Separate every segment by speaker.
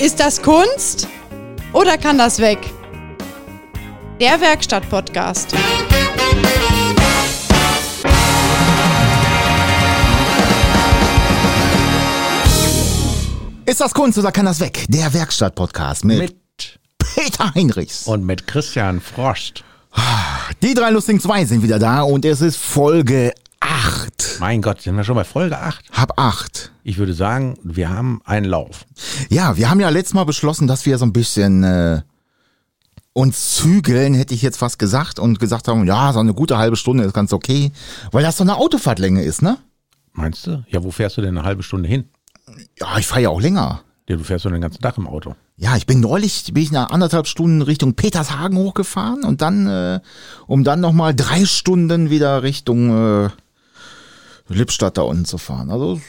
Speaker 1: Ist das Kunst oder kann das weg? Der Werkstatt-Podcast.
Speaker 2: Ist das Kunst oder kann das weg? Der Werkstatt-Podcast mit,
Speaker 3: mit
Speaker 2: Peter Heinrichs.
Speaker 3: und mit Christian Frost.
Speaker 2: die drei lustigen zwei sind wieder da und es ist Folge 8.
Speaker 3: Mein Gott, sind wir schon bei Folge 8.
Speaker 2: Hab 8.
Speaker 3: Ich würde sagen, wir haben einen Lauf.
Speaker 2: Ja, wir haben ja letztes Mal beschlossen, dass wir so ein bisschen äh, uns zügeln, hätte ich jetzt fast gesagt, und gesagt haben, ja, so eine gute halbe Stunde ist ganz okay, weil das so eine Autofahrtlänge ist, ne?
Speaker 3: Meinst du? Ja, wo fährst du denn eine halbe Stunde hin?
Speaker 2: Ja, ich fahre ja auch länger.
Speaker 3: Ja, du fährst doch den ganzen Tag im Auto.
Speaker 2: Ja, ich bin neulich, bin ich nach anderthalb Stunden Richtung Petershagen hochgefahren und dann, äh, um dann nochmal drei Stunden wieder Richtung äh, Lippstadt da unten zu fahren. Also,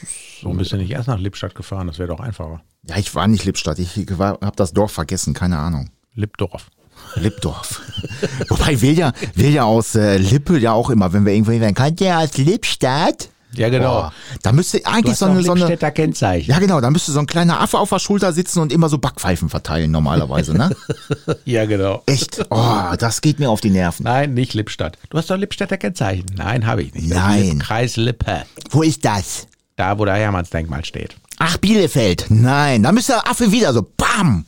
Speaker 3: So bist du nicht erst nach Lippstadt gefahren, das wäre doch einfacher.
Speaker 2: ja, ich war nicht Lippstadt, ich habe das Dorf vergessen, keine Ahnung.
Speaker 3: Lippdorf.
Speaker 2: Lippdorf. Wobei wir ja, wir ja aus äh, Lippe ja auch immer, wenn wir irgendwo hinfahren, kann der aus Lippstadt?
Speaker 3: Ja, genau.
Speaker 2: Boah, da müsste
Speaker 3: Du
Speaker 2: eigentlich
Speaker 3: hast
Speaker 2: so eine,
Speaker 3: doch
Speaker 2: so eine,
Speaker 3: Lippstädter Kennzeichen.
Speaker 2: ja genau, da müsste so ein kleiner Affe auf der Schulter sitzen und immer so Backpfeifen verteilen normalerweise, ne?
Speaker 3: Ja, genau.
Speaker 2: Echt, oh, das geht mir auf die Nerven.
Speaker 3: Nein, nicht Lippstadt. Du hast doch Lippstädter Kennzeichen. Nein, habe ich nicht.
Speaker 2: Nein.
Speaker 3: Das ist Kreis Lippe.
Speaker 2: Wo ist das?
Speaker 3: Da, wo der Hermannsdenkmal steht.
Speaker 2: Ach, Bielefeld. Nein, da müsste der Affe wieder so, bam.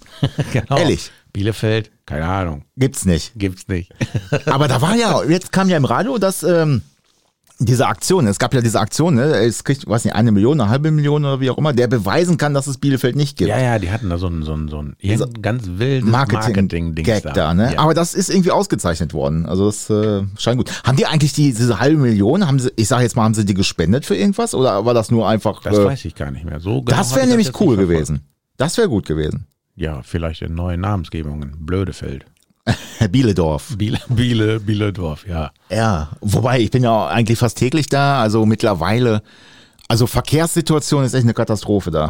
Speaker 3: Genau.
Speaker 2: Ehrlich?
Speaker 3: Bielefeld? Keine Ahnung.
Speaker 2: Gibt's nicht.
Speaker 3: Gibt's nicht.
Speaker 2: Aber da war ja, jetzt kam ja im Radio, dass ähm, diese Aktion, es gab ja diese Aktion, ne? es kriegt, weiß nicht, eine Million, eine halbe Million oder wie auch immer, der beweisen kann, dass es Bielefeld nicht gibt.
Speaker 3: Ja, ja, die hatten da so ein, so ein, so ein irgendein ganz wildes
Speaker 2: Marketing-Gag
Speaker 3: Marketing-Dings
Speaker 2: da. ne?
Speaker 3: Ja.
Speaker 2: Aber das ist irgendwie ausgezeichnet worden. Also das äh, scheint gut. Haben die eigentlich die, diese halbe Million, haben sie, ich sage jetzt mal, haben sie die gespendet für irgendwas oder war das nur einfach?
Speaker 3: das
Speaker 2: äh,
Speaker 3: weiß ich gar nicht mehr. So
Speaker 2: das
Speaker 3: genau hab ich
Speaker 2: wäre nämlich
Speaker 3: jetzt
Speaker 2: cool
Speaker 3: nicht verfolgt.
Speaker 2: gewesen. Das wäre gut gewesen.
Speaker 3: Ja, vielleicht in neuen Namensgebungen. Blödefeld.
Speaker 2: Herr Bieledorf.
Speaker 3: Biele, Biele, Bieledorf, ja.
Speaker 2: Ja, wobei ich bin ja eigentlich fast täglich da, also mittlerweile, also Verkehrssituation ist echt eine Katastrophe da,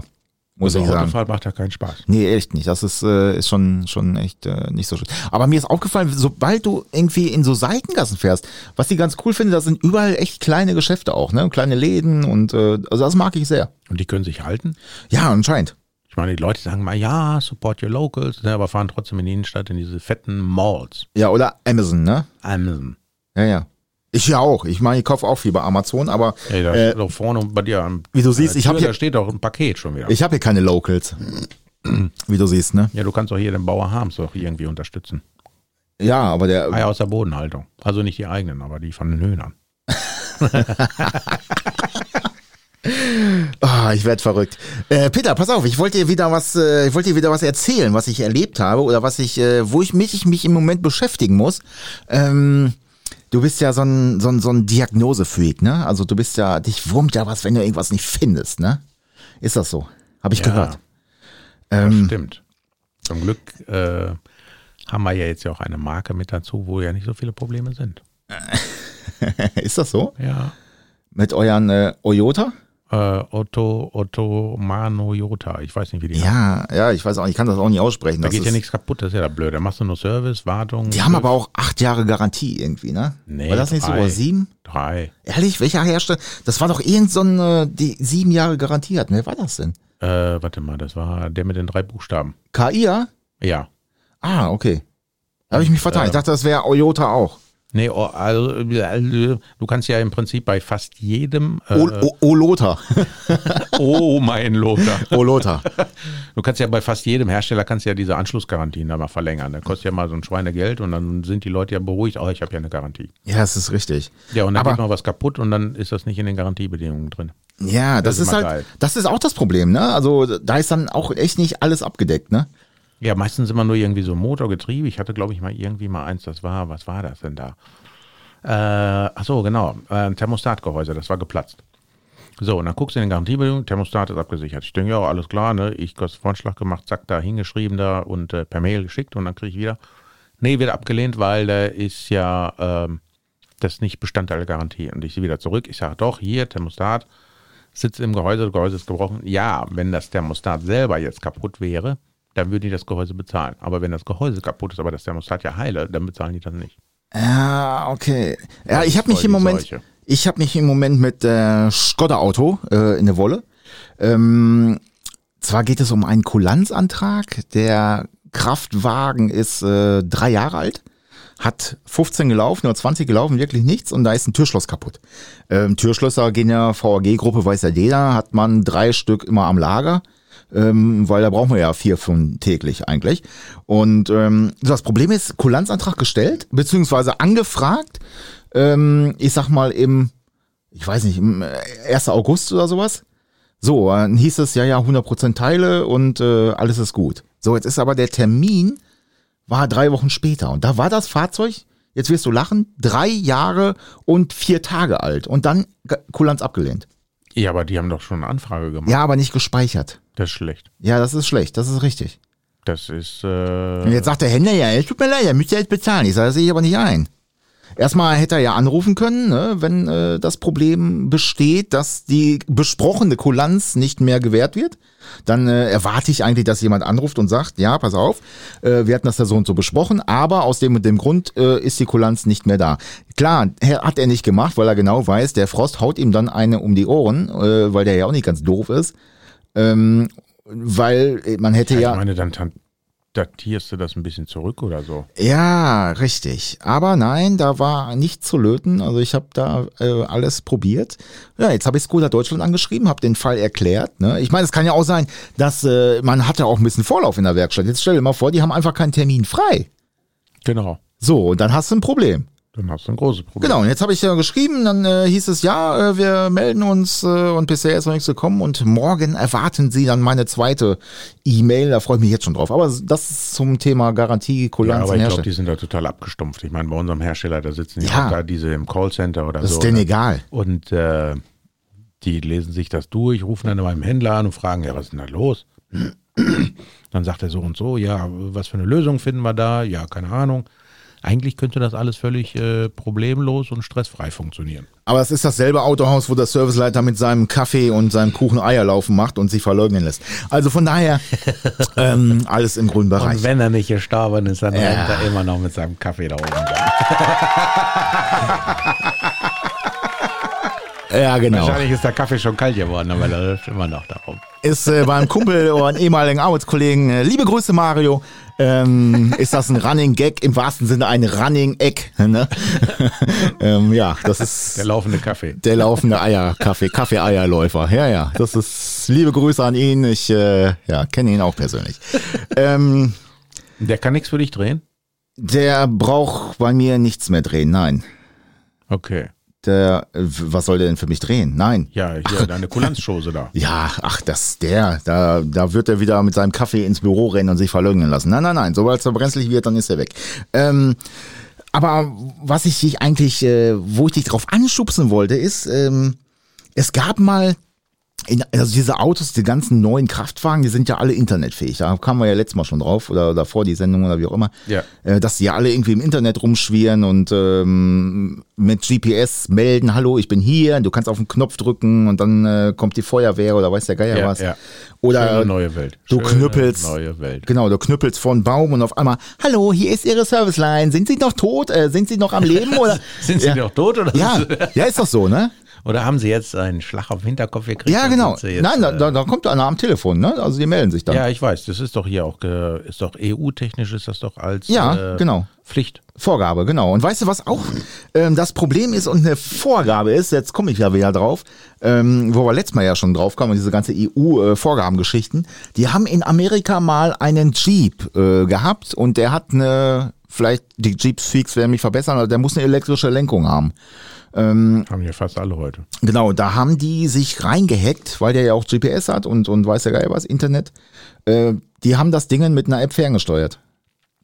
Speaker 2: muss
Speaker 3: Also
Speaker 2: ich sagen.
Speaker 3: Autofahrt macht ja keinen Spaß.
Speaker 2: Nee, echt nicht. Das ist, äh, ist schon, schon echt äh, nicht so schön. Aber mir ist aufgefallen, sobald du irgendwie in so Seitengassen fährst, was ich ganz cool finde, das sind überall echt kleine Geschäfte auch, ne? Kleine Läden und äh, also das mag ich sehr.
Speaker 3: Und die können sich halten.
Speaker 2: Ja, anscheinend.
Speaker 3: Ich meine, die Leute sagen mal, ja, support your locals, ne, aber fahren trotzdem in die Innenstadt in diese fetten Malls.
Speaker 2: Ja, oder Amazon, ne?
Speaker 3: Amazon.
Speaker 2: Ja, ja. Ich ja auch. Ich meine, ich kaufe auch viel bei Amazon, aber
Speaker 3: Ey, da
Speaker 2: äh,
Speaker 3: steht doch vorne bei dir am Äh,
Speaker 2: wie du siehst, ich habe
Speaker 3: da
Speaker 2: hier,
Speaker 3: steht doch ein Paket schon wieder.
Speaker 2: ich hab hier keine Locals. Wie du siehst, ne?
Speaker 3: ja, du kannst doch hier den Bauer Harms doch irgendwie unterstützen.
Speaker 2: Ja, aber der.
Speaker 3: Eier aus der Bodenhaltung. Also nicht die eigenen, aber die von den Höhnern.
Speaker 2: Ah, ich werd verrückt. Äh, Peter, pass auf, ich wollte dir wieder was, äh, ich wollte dir wieder was erzählen, was ich erlebt habe oder was ich, äh, wo ich mich, ich mich im Moment beschäftigen muss. Ähm, du bist ja so ein, so ein, so ein Diagnosefreak, ne? Also du bist ja, dich wurmt ja was, wenn du irgendwas nicht findest, ne? Ist das so? Habe ich gehört.
Speaker 3: Das
Speaker 2: Ähm.
Speaker 3: stimmt. Zum Glück äh, haben wir ja jetzt ja auch eine Marke mit dazu, wo ja nicht so viele Probleme sind.
Speaker 2: Ist das so?
Speaker 3: Ja.
Speaker 2: Mit euren äh, Oyota?
Speaker 3: Äh, Otto, Otto Mano Jota. Ich weiß nicht, wie die heißen.
Speaker 2: Ja, ja, ich weiß auch, ich kann das auch nicht aussprechen.
Speaker 3: Da
Speaker 2: das
Speaker 3: geht ja
Speaker 2: ist-
Speaker 3: nichts kaputt, das ist ja da blöd. Da machst du nur Service, Wartung.
Speaker 2: Die haben aber auch acht Jahre Garantie irgendwie, ne?
Speaker 3: Nee,
Speaker 2: War das nicht so?
Speaker 3: drei.
Speaker 2: Oder sieben?
Speaker 3: Drei.
Speaker 2: Ehrlich, welcher Hersteller? Das war doch irgend so ein, äh, die sieben Jahre Garantie hat. ne? Wer war das denn?
Speaker 3: Äh, warte mal, das war der mit den drei Buchstaben.
Speaker 2: KIA?
Speaker 3: Ja.
Speaker 2: Ah, okay. Da habe ich mich vertan.
Speaker 3: äh,
Speaker 2: ich dachte, das wäre Oyota auch.
Speaker 3: Nee, oh, also, äh, du kannst ja im Prinzip bei fast jedem. Äh,
Speaker 2: O o Olota.
Speaker 3: oh, mein Lothar.
Speaker 2: Olota.
Speaker 3: Du kannst ja bei fast jedem Hersteller kannst ja diese Anschlussgarantien da mal verlängern. Da kostet ja mal so ein Schweinegeld und dann sind die Leute ja beruhigt, oh, ich habe ja eine Garantie.
Speaker 2: Ja, das ist richtig.
Speaker 3: Ja, und dann
Speaker 2: Aber-
Speaker 3: geht mal was kaputt und dann ist das nicht in den Garantiebedingungen drin.
Speaker 2: Ja, das,
Speaker 3: Das ist
Speaker 2: ist
Speaker 3: immer
Speaker 2: halt,
Speaker 3: geil.
Speaker 2: das ist auch das Problem, ne? Also da ist dann auch echt nicht alles abgedeckt, ne?
Speaker 3: Ja, meistens immer nur irgendwie so Motorgetriebe. Ich hatte, glaube ich, mal irgendwie mal eins, das war, was war das denn da? Äh, ach so, genau, äh, ein Thermostatgehäuse, das war geplatzt. So, und dann guckst du in den Garantiebedingungen, Thermostat ist abgesichert. Ich denke, ja, alles klar, ne? Ich kurz Vorschlag gemacht, zack, da hingeschrieben da und äh, per Mail geschickt und dann kriege ich wieder. Nee, wird abgelehnt, weil da ist ja ähm, das ist nicht Bestandteil der Garantie. Und ich sehe wieder zurück, ich sage doch, hier, Thermostat, sitzt im Gehäuse, das Gehäuse ist gebrochen. Ja, wenn das Thermostat selber jetzt kaputt wäre, dann würden die das Gehäuse bezahlen. Aber wenn das Gehäuse kaputt ist, aber das Thermostat ja heile, dann bezahlen die das nicht.
Speaker 2: Ja, okay. Ja, ich habe mich
Speaker 3: voll
Speaker 2: im
Speaker 3: die
Speaker 2: Moment,
Speaker 3: Seuche.
Speaker 2: ich habe mich im Moment mit äh, Skoda Auto äh, in der Wolle. Ähm, Zwar geht es um einen Kulanzantrag. Der Kraftwagen ist äh, drei Jahre alt, hat 15 gelaufen oder 20 gelaufen, wirklich nichts und da ist ein Türschloss kaputt. Ähm, Türschlösser gehen ja VAG-Gruppe, weiß ja jeder, hat man drei Stück immer am Lager. Ähm, weil da brauchen wir ja vier von täglich eigentlich. Und ähm, so, das Problem ist, Kulanzantrag gestellt, beziehungsweise angefragt, ähm, ich sag mal im, ich weiß nicht, im äh, 1. August oder sowas. So, dann hieß es, ja, ja, 100% Teile und äh, alles ist gut. So, jetzt ist aber der Termin, war drei Wochen später. Und da war das Fahrzeug, jetzt wirst du lachen, drei Jahre und vier Tage alt. Und dann G- Kulanz abgelehnt.
Speaker 3: Ja, aber die haben doch schon eine Anfrage gemacht.
Speaker 2: Ja, aber nicht gespeichert.
Speaker 3: Das ist schlecht.
Speaker 2: Ja, das ist schlecht, das ist richtig.
Speaker 3: Das ist.
Speaker 2: Und
Speaker 3: Äh,
Speaker 2: jetzt sagt der Händler, ja, es tut mir leid, er müsste jetzt bezahlen. Ich sage, das sehe ich aber nicht ein. Erstmal hätte er ja anrufen können, ne, wenn äh, das Problem besteht, dass die besprochene Kulanz nicht mehr gewährt wird. Dann äh, erwarte ich eigentlich, dass jemand anruft und sagt, ja, pass auf, äh, wir hatten das ja so und so besprochen, aber aus dem und dem Grund äh, ist die Kulanz nicht mehr da. Klar, her- hat er nicht gemacht, weil er genau weiß, der Frost haut ihm dann eine um die Ohren, äh, weil der ja auch nicht ganz doof ist. Ähm, weil äh, man hätte ja.
Speaker 3: also Ich meine, dann tan- datierst du das ein bisschen zurück oder so.
Speaker 2: Ja, richtig. Aber nein, da war nicht zu löten. Also ich habe da äh, alles probiert. Ja, jetzt habe ich Skoda Deutschland angeschrieben, habe den Fall erklärt. Ne? Ich meine, es kann ja auch sein, dass äh, man hat ja auch ein bisschen Vorlauf in der Werkstatt. Jetzt stell dir mal vor, die haben einfach keinen Termin frei.
Speaker 3: Genau.
Speaker 2: So, und dann hast du ein Problem.
Speaker 3: Dann hast du ein großes Problem.
Speaker 2: Genau, und jetzt habe ich ja geschrieben, dann äh, hieß es, ja, äh, wir melden uns äh, und bisher ist noch nichts gekommen und morgen erwarten Sie dann meine zweite E-Mail, da freue ich mich jetzt schon drauf. Aber das ist zum Thema Garantie, Kulanz und
Speaker 3: Ja, aber ich glaube,
Speaker 2: Hersteller.
Speaker 3: die sind da total abgestumpft. Ich meine, bei unserem Hersteller, da sitzen ja,
Speaker 2: Ja.
Speaker 3: auch da diese im Callcenter oder
Speaker 2: Das
Speaker 3: so. ne?
Speaker 2: ist denen egal.
Speaker 3: Und äh, die lesen sich das durch, rufen dann beim Händler an und fragen, ja, was ist denn da los? Dann sagt er so und so, ja, was für eine Lösung finden wir da? Ja, keine Ahnung. Eigentlich könnte das alles völlig äh, problemlos und stressfrei funktionieren.
Speaker 2: Aber es ist dasselbe Autohaus, wo der Serviceleiter mit seinem Kaffee und seinem Kuchen Eier laufen macht und sich verleugnen lässt. Also von daher, ähm, alles im grünen Bereich.
Speaker 3: wenn er nicht gestorben ist, dann
Speaker 2: rennt er
Speaker 3: immer noch mit seinem Kaffee da
Speaker 2: Genau.
Speaker 3: oben.
Speaker 2: Ja, genau.
Speaker 3: Wahrscheinlich ist der Kaffee schon kalt geworden, aber er läuft immer noch darum.
Speaker 2: Ist äh, beim Kumpel oder einem ehemaligen Arbeitskollegen, äh, liebe Grüße Mario, ähm, ist das ein Running Gag, im wahrsten Sinne ein Running Egg. Ne? ähm, ja, das ist
Speaker 3: Der laufende Kaffee.
Speaker 2: Der laufende Eierkaffee, Kaffee-Eierläufer. Ja, ja. Das ist liebe Grüße an ihn. Ich äh, ja, kenne ihn auch persönlich. ähm,
Speaker 3: Der kann nichts für dich drehen?
Speaker 2: der braucht bei mir nichts mehr drehen. Nein.
Speaker 3: Okay.
Speaker 2: Der, äh, was soll der denn für mich drehen? Nein.
Speaker 3: Ja, hier, deine Kulanzschose da.
Speaker 2: Ja, ach, das der, da, da wird er wieder mit seinem Kaffee ins Büro rennen und sich verleugnen lassen. Nein, nein, nein, sobald es verbrenzlig wird, dann ist er weg. Ähm, aber was ich dich eigentlich, äh, wo ich dich drauf anschubsen wollte, ist, ähm, es gab mal, in, also diese Autos, die ganzen neuen Kraftwagen, die sind ja alle internetfähig. Da kamen wir ja letztes Mal schon drauf oder davor die Sendung oder wie auch immer.
Speaker 3: Ja.
Speaker 2: Äh, dass die ja alle irgendwie im Internet rumschwirren und ähm, mit GPS melden, hallo, ich bin hier, du kannst auf den Knopf drücken und dann äh, kommt die Feuerwehr oder weiß der Geier
Speaker 3: Ja,
Speaker 2: was.
Speaker 3: ja.
Speaker 2: Oder
Speaker 3: Schöne neue Welt.
Speaker 2: Äh, du
Speaker 3: Schöne
Speaker 2: knüppelst.
Speaker 3: Neue Welt.
Speaker 2: Genau, du knüppelst vor einen Baum und auf einmal, hallo, hier ist Ihre Serviceline. Sind Sie noch tot? Äh, sind Sie noch am Leben? Oder?
Speaker 3: Sind sie
Speaker 2: ja.
Speaker 3: noch tot oder,
Speaker 2: Ja,
Speaker 3: sind sie-
Speaker 2: ja, ist doch so, ne?
Speaker 3: oder haben sie jetzt einen Schlag auf den Hinterkopf gekriegt?
Speaker 2: Ja,
Speaker 3: und
Speaker 2: genau.
Speaker 3: sind sie jetzt,
Speaker 2: Nein, da,
Speaker 3: äh,
Speaker 2: da, da kommt einer am Telefon, ne? Also die melden sich dann.
Speaker 3: ja, ich weiß. Das ist doch hier auch, ge- ist doch EU-technisch, ist das doch als äh,
Speaker 2: Ja, genau.
Speaker 3: Pflicht.
Speaker 2: Vorgabe, genau. Und weißt du, was auch ähm, das Problem ist und eine Vorgabe ist, jetzt komme ich ja wieder drauf, ähm, wo wir letztes Mal ja schon drauf kamen, und diese ganze E EU-Vorgabengeschichten, die haben in Amerika mal einen Jeep äh, gehabt und der hat eine, vielleicht die Jeeps-Freaks werden mich verbessern, aber der muss eine elektrische Lenkung haben. Hm.
Speaker 3: Haben wir fast alle heute.
Speaker 2: Genau, da haben die sich reingehackt, weil der ja auch GPS hat und, und weiß ja geil was, Internet. Äh, die haben das Ding mit einer App ferngesteuert.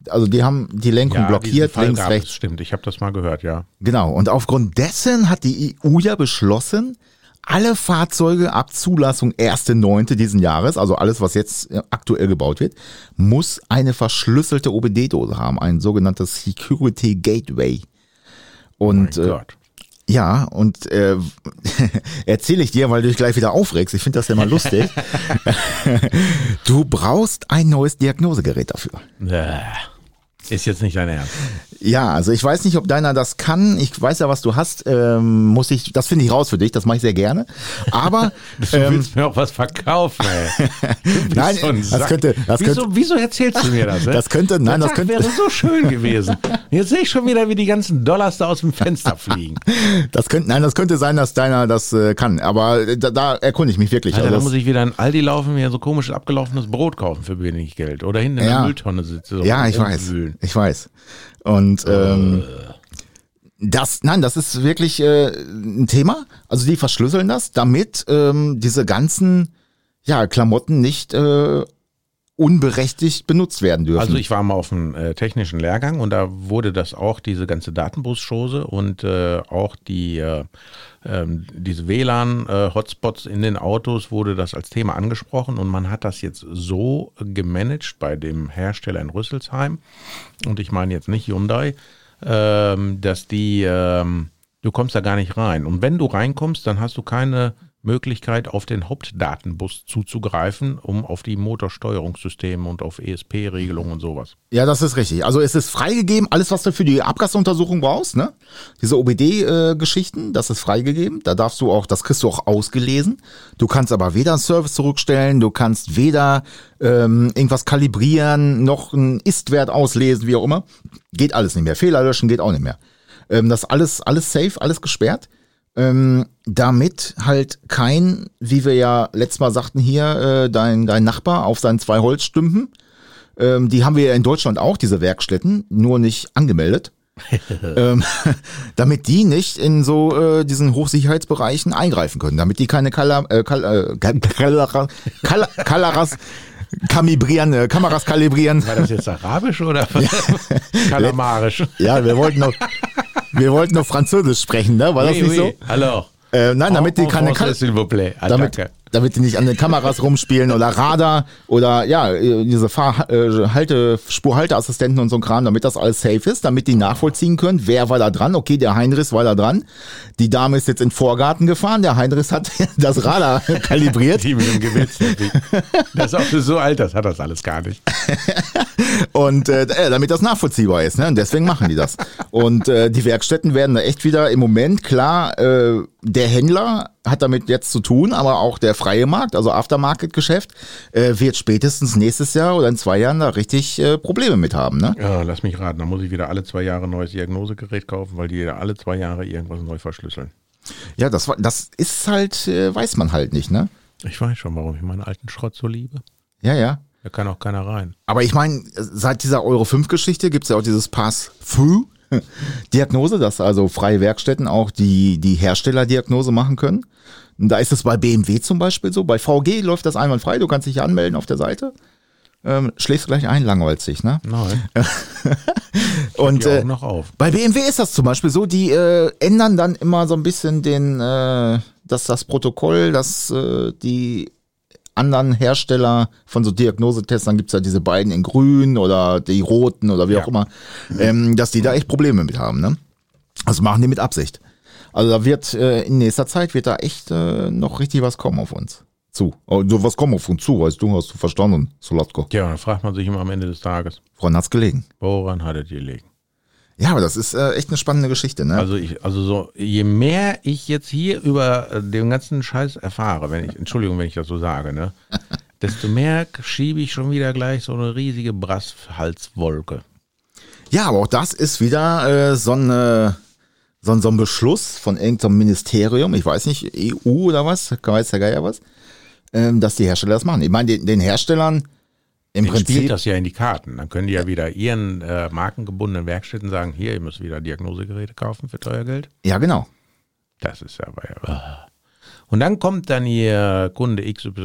Speaker 2: Also die haben die Lenkung blockiert,
Speaker 3: diesen Fall
Speaker 2: links,
Speaker 3: gab
Speaker 2: rechts.
Speaker 3: Es, stimmt, ich habe das mal gehört, ja.
Speaker 2: Genau, und aufgrund dessen hat die EU ja beschlossen, alle Fahrzeuge ab Zulassung 1.9. diesen Jahres, also alles, was jetzt äh, aktuell gebaut wird, muss eine verschlüsselte OBD-Dose haben, ein sogenanntes Security Gateway. Und
Speaker 3: mein
Speaker 2: äh,
Speaker 3: Gott.
Speaker 2: ja, und äh, erzähle ich dir, weil du dich gleich wieder aufregst. Ich finde das ja mal lustig. du brauchst ein neues Diagnosegerät dafür.
Speaker 3: Äh, Ist jetzt nicht dein Ernst.
Speaker 2: Ja, also ich weiß nicht, ob deiner das kann. Ich weiß ja, was du hast. Ähm, muss ich, das finde ich raus für dich. Das mache ich sehr gerne. Aber ähm,
Speaker 3: Du willst mir auch was verkaufen, ey. Du bist
Speaker 2: Nein,
Speaker 3: so ein
Speaker 2: das
Speaker 3: Sack.
Speaker 2: könnte- das
Speaker 3: wieso,
Speaker 2: könnte-
Speaker 3: wieso erzählst du mir das? ey?
Speaker 2: Das könnte- nein,
Speaker 3: Der
Speaker 2: das
Speaker 3: Tag
Speaker 2: könnte-
Speaker 3: wäre so schön gewesen. Jetzt sehe ich schon wieder, wie die ganzen Dollars da aus dem Fenster fliegen.
Speaker 2: das könnte, nein, das könnte sein, dass deiner das äh, kann. Aber da, da erkunde ich mich wirklich.
Speaker 3: Alter,
Speaker 2: also
Speaker 3: da
Speaker 2: das,
Speaker 3: muss ich wieder in Aldi laufen, mir so komisches abgelaufenes Brot kaufen für wenig Geld. Oder hinten in der
Speaker 2: Ja.
Speaker 3: Mülltonne sitzen.
Speaker 2: ja, ich weiß, ich weiß. Und ähm,
Speaker 3: Äh.
Speaker 2: das, nein, das ist wirklich äh, ein Thema. Also die verschlüsseln das, damit ähm, diese ganzen ja Klamotten nicht äh, unberechtigt benutzt werden dürfen.
Speaker 3: Also ich war mal auf einem äh, technischen Lehrgang und da wurde das auch, diese ganze Datenbusschose und äh, auch die äh, ähm, diese WLAN-Hotspots äh, in den Autos wurde das als Thema angesprochen und man hat das jetzt so gemanagt bei dem Hersteller in Rüsselsheim und ich meine jetzt nicht Hyundai, ähm, dass die, ähm, du kommst da gar nicht rein. Und wenn du reinkommst, dann hast du keine Möglichkeit, auf den Hauptdatenbus zuzugreifen, um auf die Motorsteuerungssysteme und auf ESP-Regelungen und sowas.
Speaker 2: Ja, das ist richtig. Also es ist freigegeben, alles was du für die Abgasuntersuchung brauchst, ne? Diese OBD-Geschichten, äh, das ist freigegeben. Da darfst du auch, das kriegst du auch ausgelesen. Du kannst aber weder einen Service zurückstellen, du kannst weder ähm, irgendwas kalibrieren, noch einen Istwert auslesen, wie auch immer. Geht alles nicht mehr. Fehler löschen geht auch nicht mehr. Ähm, das alles, alles safe, alles gesperrt. Ähm, damit halt kein, wie wir ja letztes Mal sagten hier, äh, dein, dein Nachbar auf seinen zwei Holzstümpen ähm, die haben wir ja in Deutschland auch, diese Werkstätten, nur nicht angemeldet. ähm, damit die nicht in so äh, diesen Hochsicherheitsbereichen eingreifen können, damit die keine Kala, äh, Kal, äh, Kal, Kalara- Kal, Kalaras kalibrieren, äh, Kameras kalibrieren.
Speaker 3: War das jetzt arabisch oder kalamarisch?
Speaker 2: Ja, wir wollten noch, wir wollten noch Französisch sprechen, ne? War das nicht so?
Speaker 3: Hallo.
Speaker 2: Äh, nein, damit die keine Kal
Speaker 3: S'il vous plaît. Ah,
Speaker 2: damit,
Speaker 3: Attacke.
Speaker 2: damit die nicht an den Kameras rumspielen oder Radar oder ja, äh, diese Fahr äh, Halte, Spurhalteassistenten und so ein Kram, damit das alles safe ist, damit die nachvollziehen können, wer war da dran. Okay, der Heinrichs war da dran. Die Dame ist jetzt in den Vorgarten gefahren, der Heinrichs hat das Radar kalibriert
Speaker 3: Die mit dem Gewitzteppich. Das ist auch für so alt, das hat das alles gar nicht.
Speaker 2: und äh, äh, damit das nachvollziehbar ist. Ne? Und deswegen machen die das. Und äh, die Werkstätten werden da echt wieder im Moment klar, äh, der Händler hat damit jetzt zu tun, aber auch der freie Markt, also Aftermarket-Geschäft, äh, wird spätestens nächstes Jahr oder in zwei Jahren da richtig äh, Probleme mit haben. Ne?
Speaker 3: Ja, lass mich raten, da muss ich wieder alle zwei Jahre ein neues Diagnosegerät kaufen, weil die ja alle zwei Jahre irgendwas neu verschlüsseln.
Speaker 2: Ja, das, war- das ist halt, äh, weiß man halt nicht. Ne?
Speaker 3: Ich weiß schon, warum ich meinen alten Schrott so liebe.
Speaker 2: Ja, ja.
Speaker 3: Da kann auch keiner rein.
Speaker 2: Aber ich meine, seit dieser Euro 5-Geschichte gibt's ja auch dieses Pass-Through-Diagnose, dass also freie Werkstätten auch die, die Herstellerdiagnose machen können. Und da ist es bei BMW zum Beispiel so. Bei VG läuft das einwandfrei. Du kannst dich ja anmelden auf der Seite. Ähm, schläfst gleich ein, langholzig, ne?
Speaker 3: Nein,
Speaker 2: Und
Speaker 3: die
Speaker 2: äh,
Speaker 3: Augen noch auf.
Speaker 2: bei BMW ist das zum Beispiel so. Die äh, ändern dann immer so ein bisschen den, äh, dass das Protokoll, dass äh, die anderen Hersteller von so Diagnosetests, dann gibt's ja diese beiden in grün oder die roten oder wie
Speaker 3: Ja.
Speaker 2: auch immer, ähm, dass die da echt Probleme mit haben. Ne? Also machen die mit Absicht. Also da wird äh, in nächster Zeit wird da echt äh, noch richtig was kommen auf uns zu. Also was kommen auf uns zu, weißt du, hast du verstanden, Solotko.
Speaker 3: Tja, dann fragt man sich immer am Ende des Tages,
Speaker 2: Woran hat's gelegen?
Speaker 3: woran hattet ihr liegen?
Speaker 2: Ja, aber das ist äh, echt eine spannende Geschichte, ne?
Speaker 3: Also ich, also so, je mehr ich jetzt hier über äh, den ganzen Scheiß erfahre, wenn ich, Entschuldigung, wenn ich das so sage, ne, desto mehr schiebe ich schon wieder gleich so eine riesige Brasshalswolke.
Speaker 2: Ja, aber auch das ist wieder äh, so, eine, so, ein- so ein Beschluss von irgendeinem Ministerium, ich weiß nicht, EU oder was, weiß der Geier was, ähm, dass die Hersteller das machen. Ich meine, den, den Herstellern im
Speaker 3: Den spielt
Speaker 2: Prinzip,
Speaker 3: das ja in die Karten. Dann können die ja wieder ihren äh, markengebundenen Werkstätten sagen, hier, ihr müsst wieder Diagnosegeräte kaufen für teuer Geld.
Speaker 2: ja genau.
Speaker 3: Das ist ja bei. Und dann kommt dann hier Kunde XYZ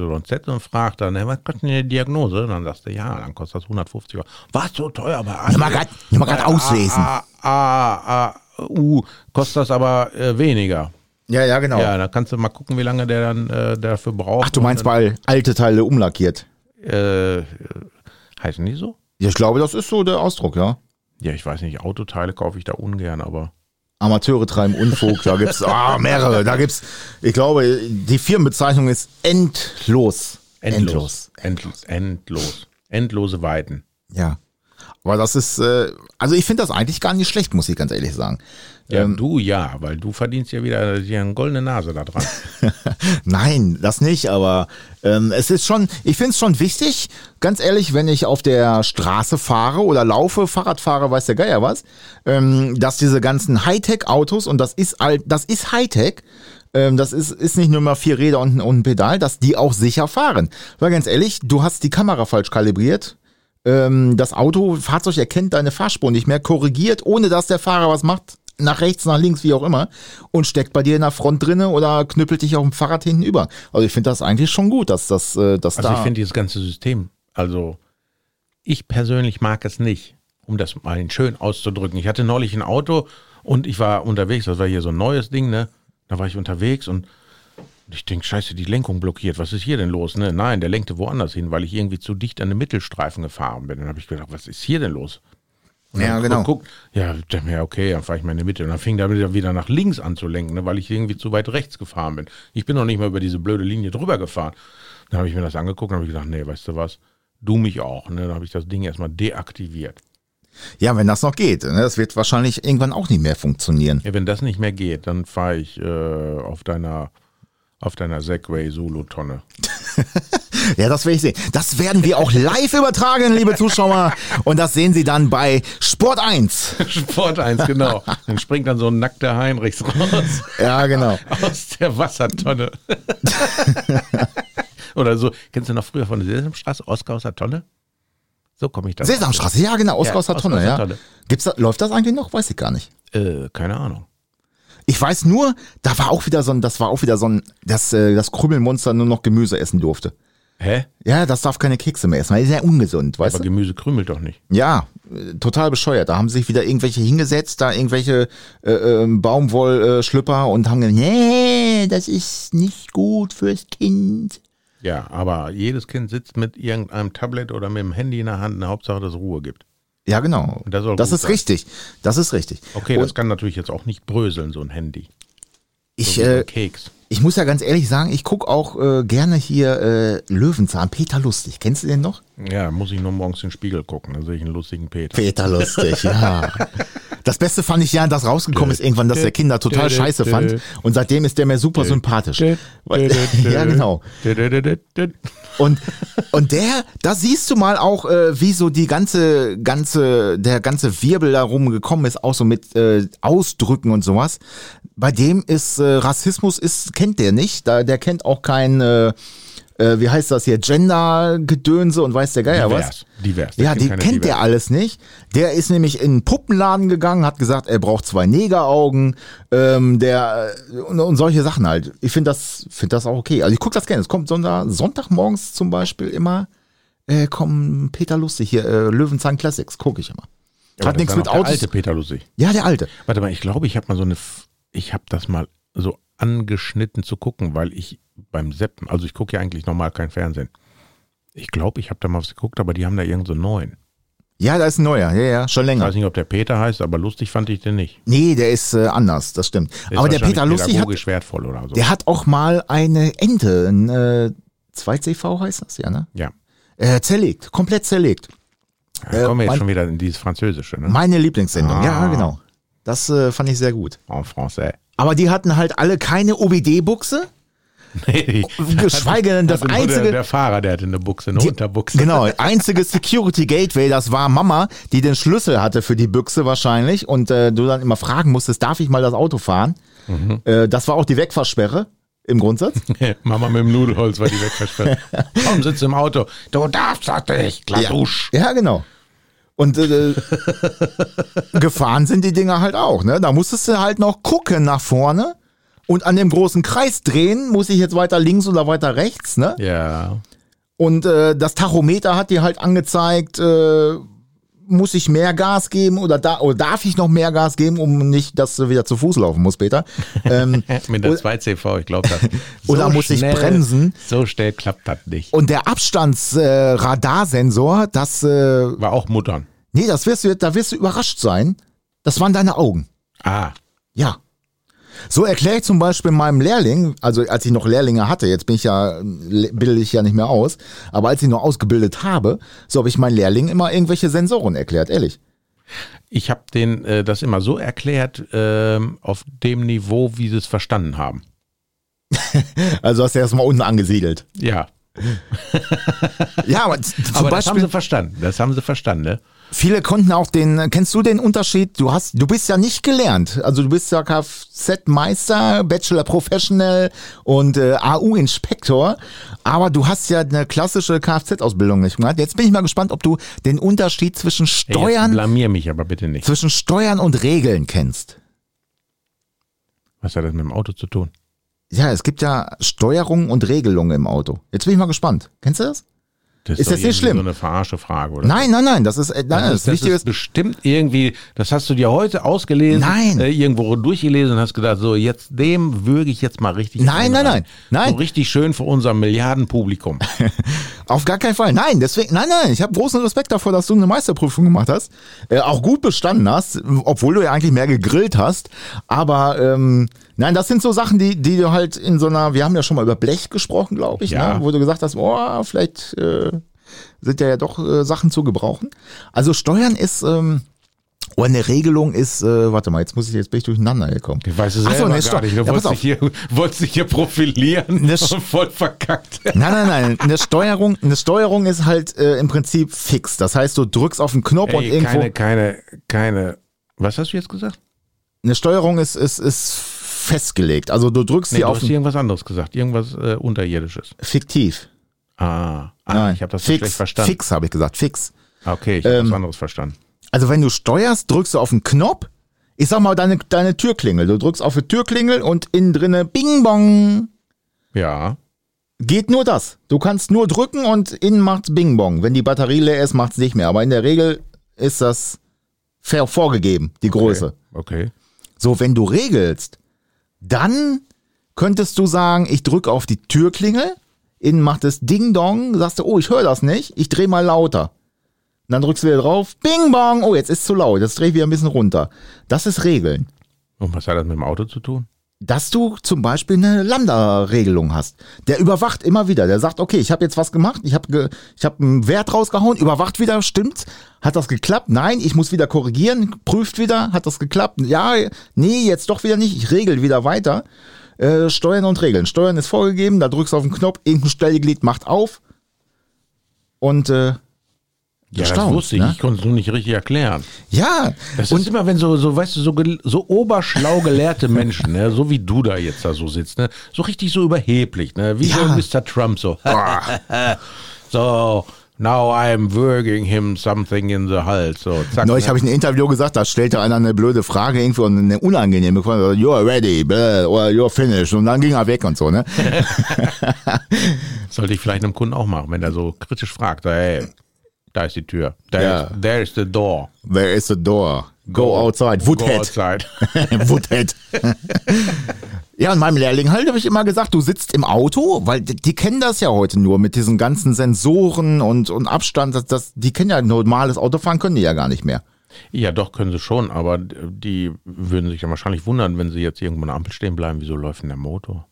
Speaker 3: und fragt dann, hey, was kostet denn die Diagnose? Und dann sagst du, ja, dann kostet das 150 Euro. Was, so teuer? Bei
Speaker 2: Nimm mal grad- nimm mal grad auslesen.
Speaker 3: A, A, A, U, kostet das aber äh, weniger.
Speaker 2: Ja, ja, genau.
Speaker 3: Ja, dann kannst du mal gucken, wie lange der dann äh, dafür braucht.
Speaker 2: Ach, du meinst mal alte Teile umlackiert.
Speaker 3: Äh, äh, heißen die so?
Speaker 2: Ja, ich glaube, das ist so der Ausdruck, ja.
Speaker 3: Ja, ich weiß nicht, Autoteile kaufe ich da ungern, aber.
Speaker 2: Amateure treiben Unfug, da gibt's ah, mehrere, da gibt's, ich glaube, die Firmenbezeichnung ist endlos.
Speaker 3: Endlos. Endlos. Endlos. Endlose Weiten.
Speaker 2: Ja. Aber das ist, äh, also ich finde das eigentlich gar nicht schlecht, muss ich ganz ehrlich sagen.
Speaker 3: Ja, du ja, weil du verdienst ja wieder dir eine goldene Nase da dran.
Speaker 2: Nein, das nicht, aber ähm, es ist schon, ich finde es schon wichtig, ganz ehrlich, wenn ich auf der Straße fahre oder laufe, Fahrrad fahre, weiß der Geier was, ähm, dass diese ganzen Hightech-Autos, und das ist alt, das ist Hightech, ähm, das ist, ist nicht nur mal vier Räder und, ein- und ein Pedal, dass die auch sicher fahren. Weil ganz ehrlich, du hast die Kamera falsch kalibriert. Ähm, das Auto, Fahrzeug erkennt deine Fahrspur nicht mehr, korrigiert, ohne dass der Fahrer was macht, nach rechts, nach links, wie auch immer, und steckt bei dir in der Front drinne oder knüppelt dich auf dem Fahrrad hinten über. Also ich finde das eigentlich schon gut, dass das, äh, dass
Speaker 3: Also
Speaker 2: da.
Speaker 3: ich finde dieses ganze System, also ich persönlich mag es nicht, um das mal schön auszudrücken. Ich hatte neulich ein Auto und ich war unterwegs, das war hier so ein neues Ding, ne? Da war ich unterwegs und ich denke, scheiße, die Lenkung blockiert. Was ist hier denn los? Ne? Nein, der lenkte woanders hin, weil ich irgendwie zu dicht an den Mittelstreifen gefahren bin. Dann habe ich gedacht, was ist hier denn los? Und
Speaker 2: Ja,
Speaker 3: dann
Speaker 2: genau.
Speaker 3: Guck, ja, ich dachte mir, ja, okay, dann fahre ich mal in die Mitte. Und dann fing der wieder- wieder nach links an zu lenken, ne, weil ich irgendwie zu weit rechts gefahren bin. Ich bin noch nicht mal über diese blöde Linie drüber gefahren. Dann habe ich mir das angeguckt und habe ich gedacht, nee, weißt du was, du mich auch. Ne? Dann habe ich das Ding erstmal deaktiviert.
Speaker 2: ja, wenn das noch geht. Ne? Das wird wahrscheinlich irgendwann auch nicht mehr funktionieren.
Speaker 3: Ja, wenn das nicht mehr geht, dann fahre ich äh, auf deiner auf deiner Segway Solo-Tonne.
Speaker 2: Ja, das werde ich sehen. Das werden wir auch live übertragen, liebe Zuschauer. Und das sehen Sie dann bei Sport 1.
Speaker 3: Sport 1, genau. Dann springt dann so ein nackter Heinrichs raus.
Speaker 2: Ja, genau.
Speaker 3: aus der Wassertonne. Oder so, kennst du noch früher von der Sesamstraße, Oskar aus der Tonne? So komme ich da. drauf.
Speaker 2: Sesamstraße, ja genau,
Speaker 3: Ja,
Speaker 2: Oskar ja,
Speaker 3: Oskar
Speaker 2: Tonne, ja.
Speaker 3: Satonne.
Speaker 2: Gibt's da, läuft das eigentlich noch? Weiß ich gar nicht.
Speaker 3: Äh, keine Ahnung.
Speaker 2: Ich weiß nur, da war auch wieder so ein, das war auch wieder so ein, dass äh, das Krümelmonster nur noch Gemüse essen durfte.
Speaker 3: Hä?
Speaker 2: Ja, das darf keine Kekse mehr essen, weil die sind ja ungesund, weißt
Speaker 3: Aber
Speaker 2: du?
Speaker 3: Gemüse krümelt doch nicht.
Speaker 2: Ja, äh, total bescheuert. Da haben sich wieder irgendwelche hingesetzt, da irgendwelche äh, äh, Baumwollschlüpper und haben gesagt, nee, das ist nicht gut fürs Kind.
Speaker 3: Ja, aber jedes Kind sitzt mit irgendeinem Tablet oder mit dem Handy in der Hand, eine Hauptsache, dass es Ruhe gibt.
Speaker 2: Ja, genau.
Speaker 3: das soll
Speaker 2: das
Speaker 3: gut
Speaker 2: ist
Speaker 3: sein.
Speaker 2: richtig. Das ist richtig.
Speaker 3: Okay,
Speaker 2: Und
Speaker 3: das kann natürlich jetzt auch nicht bröseln, so ein Handy.
Speaker 2: ich,
Speaker 3: So wie
Speaker 2: äh,
Speaker 3: ein Keks.
Speaker 2: Ich muss ja ganz ehrlich sagen, ich guck auch äh, gerne hier äh, Löwenzahn. Peter Lustig, kennst du den noch?
Speaker 3: Ja, muss ich nur morgens in den Spiegel gucken, dann sehe ich einen lustigen Peter.
Speaker 2: Peter Lustig, ja. Das Beste fand ich ja, dass rausgekommen ist irgendwann, dass der Kinder total scheiße fand. Und seitdem ist der mir super sympathisch. Weil- Ja, genau. Und, und der, da siehst du mal auch, äh, wie so die ganze, ganze, der ganze Wirbel darum gekommen ist, auch so mit äh, Ausdrücken und sowas. Bei dem ist äh, Rassismus ist, kennt der nicht. Da, der kennt auch kein, äh, äh, wie heißt das hier, Gender-Gedönse und weiß der Geier was.
Speaker 3: Divers. Divers. Der
Speaker 2: ja, die
Speaker 3: keine
Speaker 2: kennt der
Speaker 3: Divers.
Speaker 2: alles nicht. Der ist nämlich in einen Puppenladen gegangen, hat gesagt, er braucht zwei Negeraugen, ähm, der äh, und, und solche Sachen halt. Ich finde das, find das auch okay. Also ich gucke das gerne. Es kommt Sonder, Sonntagmorgens zum Beispiel immer, äh, kommen Peter Lustig hier, äh, Löwenzahn Classics, gucke ich immer.
Speaker 3: Aber
Speaker 2: Hat
Speaker 3: das
Speaker 2: nichts
Speaker 3: war
Speaker 2: mit
Speaker 3: noch der
Speaker 2: Autos.
Speaker 3: alte Peter lustig.
Speaker 2: Ja, der alte.
Speaker 3: Warte mal, ich glaube, ich habe mal so eine. F ich habe das mal so angeschnitten zu gucken, weil ich beim Seppen, also ich gucke ja eigentlich normal kein Fernsehen. Ich glaube, ich habe da mal was geguckt, aber die haben da irgend so einen neuen.
Speaker 2: Ja, da ist ein neuer, ja, ja, schon
Speaker 3: Ich
Speaker 2: länger.
Speaker 3: weiß nicht, ob der Peter heißt, aber lustig fand ich den nicht.
Speaker 2: Nee, der ist äh, anders, das stimmt.
Speaker 3: ist
Speaker 2: Aber der
Speaker 3: wahrscheinlich
Speaker 2: Peter Lustig hat,
Speaker 3: pädagogisch wertvoll oder so.
Speaker 2: der hat auch mal eine Ente, ein äh, 2CV heißt das, ja, ne?
Speaker 3: Ja.
Speaker 2: Äh, zerlegt, komplett zerlegt. Äh,
Speaker 3: Da kommen wir
Speaker 2: mein-
Speaker 3: jetzt schon wieder in dieses Französische, ne?
Speaker 2: Meine Lieblingssendung, ja,
Speaker 3: Ah.
Speaker 2: genau. Das äh, fand ich sehr gut.
Speaker 3: En français.
Speaker 2: Aber die hatten halt alle keine OBD-Buchse,
Speaker 3: Nee,
Speaker 2: geschweige denn das
Speaker 3: also nur
Speaker 2: einzige.
Speaker 3: Der, der Fahrer, der hatte eine Buchse, eine
Speaker 2: die-
Speaker 3: Unterbuchse.
Speaker 2: Genau, einzige Security Gateway, das war Mama, die den Schlüssel hatte für die Büchse wahrscheinlich und äh, du dann immer fragen musstest, darf ich mal das Auto fahren?
Speaker 3: Mhm.
Speaker 2: Äh, das war auch die Wegfahrsperre im Grundsatz.
Speaker 3: Mama mit dem Nudelholz war die wegversperrt. Komm, sitz im Auto. Du darfst das nicht. Kladusch.
Speaker 2: Ja, ja genau. Und äh, gefahren sind die Dinger halt auch, ne? Da musstest du halt noch gucken nach vorne und an dem großen Kreis drehen, muss ich jetzt weiter links oder weiter rechts, ne?
Speaker 3: Ja.
Speaker 2: Und äh, das Tachometer hat dir halt angezeigt, äh, muss ich mehr Gas geben oder, da, oder darf ich noch mehr Gas geben, um nicht, dass du wieder zu Fuß laufen musst, Peter. Ähm,
Speaker 3: Mit der 2CV, ich glaube das.
Speaker 2: Oder muss ich bremsen?
Speaker 3: So schnell klappt das nicht.
Speaker 2: und der Abstandsradarsensor, äh, Radarsensor, das, äh,
Speaker 3: War auch Muttern.
Speaker 2: nee, das wirst du, da wirst du überrascht sein. Das waren deine Augen.
Speaker 3: Ah,
Speaker 2: Ja. So erkläre ich zum Beispiel meinem Lehrling, also als ich noch Lehrlinge hatte, jetzt bin ich ja, le- bilde ich ja nicht mehr aus, aber als ich noch ausgebildet habe, so habe ich meinen Lehrlingen immer irgendwelche Sensoren erklärt, ehrlich.
Speaker 3: Ich habe den äh, das immer so erklärt ähm, auf dem Niveau, wie sie es verstanden haben.
Speaker 2: Also hast du erstmal unten angesiedelt.
Speaker 3: Ja,
Speaker 2: Ja, aber z- zum
Speaker 3: aber das haben
Speaker 2: Beispiel,
Speaker 3: sie verstanden. Das haben sie verstanden. Ne?
Speaker 2: viele konnten auch den, kennst du den Unterschied? Du hast, du bist ja nicht gelernt. Also du bist ja Kfz-Meister, Bachelor Professional und äh, AU-Inspektor, aber du hast ja eine klassische Kfz-Ausbildung nicht gemacht. Jetzt bin ich mal gespannt, ob du den Unterschied zwischen
Speaker 3: Ey, jetzt
Speaker 2: Steuern
Speaker 3: blamier mich aber bitte nicht.
Speaker 2: zwischen Steuern und Regeln kennst.
Speaker 3: Was hat das mit dem Auto zu tun?
Speaker 2: Ja, es gibt ja Steuerung und Regelung im Auto. Jetzt bin ich mal gespannt. Kennst du das?
Speaker 3: Das
Speaker 2: Ist
Speaker 3: doch
Speaker 2: das nicht
Speaker 3: irgendwie
Speaker 2: schlimm?
Speaker 3: So eine verarsche Frage, oder? Also,
Speaker 2: Nein, nein, nein, das ist, äh, nein, das,
Speaker 3: das
Speaker 2: Wichtige
Speaker 3: ist
Speaker 2: ist,
Speaker 3: bestimmt irgendwie, das hast du dir heute ausgelesen,
Speaker 2: Nein.
Speaker 3: Äh, irgendwo durchgelesen und hast gedacht, so jetzt dem würge ich jetzt mal richtig.
Speaker 2: Nein,
Speaker 3: einen
Speaker 2: nein,
Speaker 3: rein.
Speaker 2: nein, nein.
Speaker 3: So richtig schön für unser Milliardenpublikum.
Speaker 2: auf gar keinen Fall. Nein, deswegen, nein, nein, ich habe großen Respekt davor, dass du eine Meisterprüfung gemacht hast, äh, auch gut bestanden hast, obwohl du ja eigentlich mehr gegrillt hast. Aber ähm, nein, das sind so Sachen, die, die du halt in so einer, wir haben ja schon mal über Blech gesprochen, glaube ich,
Speaker 3: Ja.
Speaker 2: ne? wo du gesagt hast, oh, vielleicht äh, sind ja, ja doch äh, Sachen zu gebrauchen. Also Steuern ist ähm, oder eine Regelung ist, äh, warte mal, jetzt muss ich jetzt bin ich durcheinander gekommen.
Speaker 3: Ich weiß es
Speaker 2: Ach so,
Speaker 3: selber
Speaker 2: nee,
Speaker 3: gar
Speaker 2: stopp.
Speaker 3: nicht. Du
Speaker 2: Ja, pass
Speaker 3: wolltest,
Speaker 2: auf.
Speaker 3: dich hier, wolltest dich hier profilieren
Speaker 2: Das-
Speaker 3: und voll verkackt.
Speaker 2: Nein, nein, nein. Eine Steuerung, eine Steuerung ist halt äh, im Prinzip fix. Das heißt, du drückst auf den Knopf und
Speaker 3: Ey,
Speaker 2: irgendwo.
Speaker 3: keine, keine, keine. Was hast du jetzt gesagt?
Speaker 2: Eine Steuerung ist, ist, ist festgelegt. Also du drückst
Speaker 3: Nee,
Speaker 2: die
Speaker 3: du
Speaker 2: auf
Speaker 3: hast
Speaker 2: den
Speaker 3: irgendwas anderes gesagt. Irgendwas äh, Unterirdisches.
Speaker 2: fiktiv.
Speaker 3: Ah, ah
Speaker 2: Nein,
Speaker 3: ich habe das so
Speaker 2: fix,
Speaker 3: schlecht verstanden.
Speaker 2: Fix, habe ich gesagt. Fix.
Speaker 3: Ah, Okay, ich habe was anderes verstanden.
Speaker 2: Also wenn du steuerst, drückst du auf den Knopf. Ich sag mal, deine, deine Türklingel. Du drückst auf die Türklingel und innen drinne Bing Bong.
Speaker 3: Ja.
Speaker 2: Geht nur das. Du kannst nur drücken und innen macht's Bing Bong. Wenn die Batterie leer ist, macht's nicht mehr. Aber in der Regel ist das fair vorgegeben, die Größe.
Speaker 3: Okay. okay.
Speaker 2: So, wenn du regelst, dann könntest du sagen, ich drücke auf die Türklingel, innen macht es Ding-Dong, sagst du, oh, ich höre das nicht, ich drehe mal lauter. Und dann drückst du wieder drauf, Bing-Bong, oh, jetzt ist zu laut, jetzt drehe ich wieder ein bisschen runter. Das ist Regeln.
Speaker 3: Und was hat das mit dem Auto zu tun?
Speaker 2: Dass du zum Beispiel eine Lambda-Regelung hast. Der überwacht immer wieder, der sagt, okay, ich habe jetzt was gemacht, ich habe ge ich hab einen Wert rausgehauen, überwacht wieder, stimmt, hat das geklappt? Nein, ich muss wieder korrigieren, prüft wieder, hat das geklappt? Ja, nee, jetzt doch wieder nicht, ich regel wieder weiter. Äh, Steuern und Regeln. Steuern ist vorgegeben, da drückst du auf den Knopf, irgendein Stellglied macht auf und äh,
Speaker 3: Ja, das
Speaker 2: Erstaunt,
Speaker 3: wusste ich.
Speaker 2: ne?
Speaker 3: Ich konnte es nur nicht richtig erklären.
Speaker 2: ja,
Speaker 3: Das ist immer, wenn so, so weißt du, so, gel- so oberschlau gelehrte Menschen, ne, so wie du da jetzt da so sitzt, ne, so richtig so überheblich, ne, wie
Speaker 2: Ja.
Speaker 3: so Mr. Trump so. so, now I'm würging him something in the Hals. So, zack.
Speaker 2: Neulich habe ich ein Interview gesagt, da stellte einer eine blöde Frage irgendwie und eine unangenehme Frage. Also, You're ready, blah, or you're finished. Und dann ging er weg und so, ne?
Speaker 3: ne, Sollte ich vielleicht einem Kunden auch machen, wenn er so kritisch fragt, so, hey, da ist die Tür. There,
Speaker 2: Ja.
Speaker 3: is, there is the door.
Speaker 2: There is a door. Go, outside.
Speaker 3: Go
Speaker 2: Woodhead.
Speaker 3: outside.
Speaker 2: Woodhead. ja, und meinem Lehrling halt habe ich immer gesagt, du sitzt im Auto, weil die, die kennen das ja heute nur mit diesen ganzen Sensoren und, und Abstand. Das, das, die kennen ja normales Autofahren, können die ja gar nicht mehr.
Speaker 3: Ja, doch, können sie schon, aber die würden sich ja wahrscheinlich wundern, wenn sie jetzt irgendwo an der Ampel stehen bleiben, wieso läuft denn der Motor?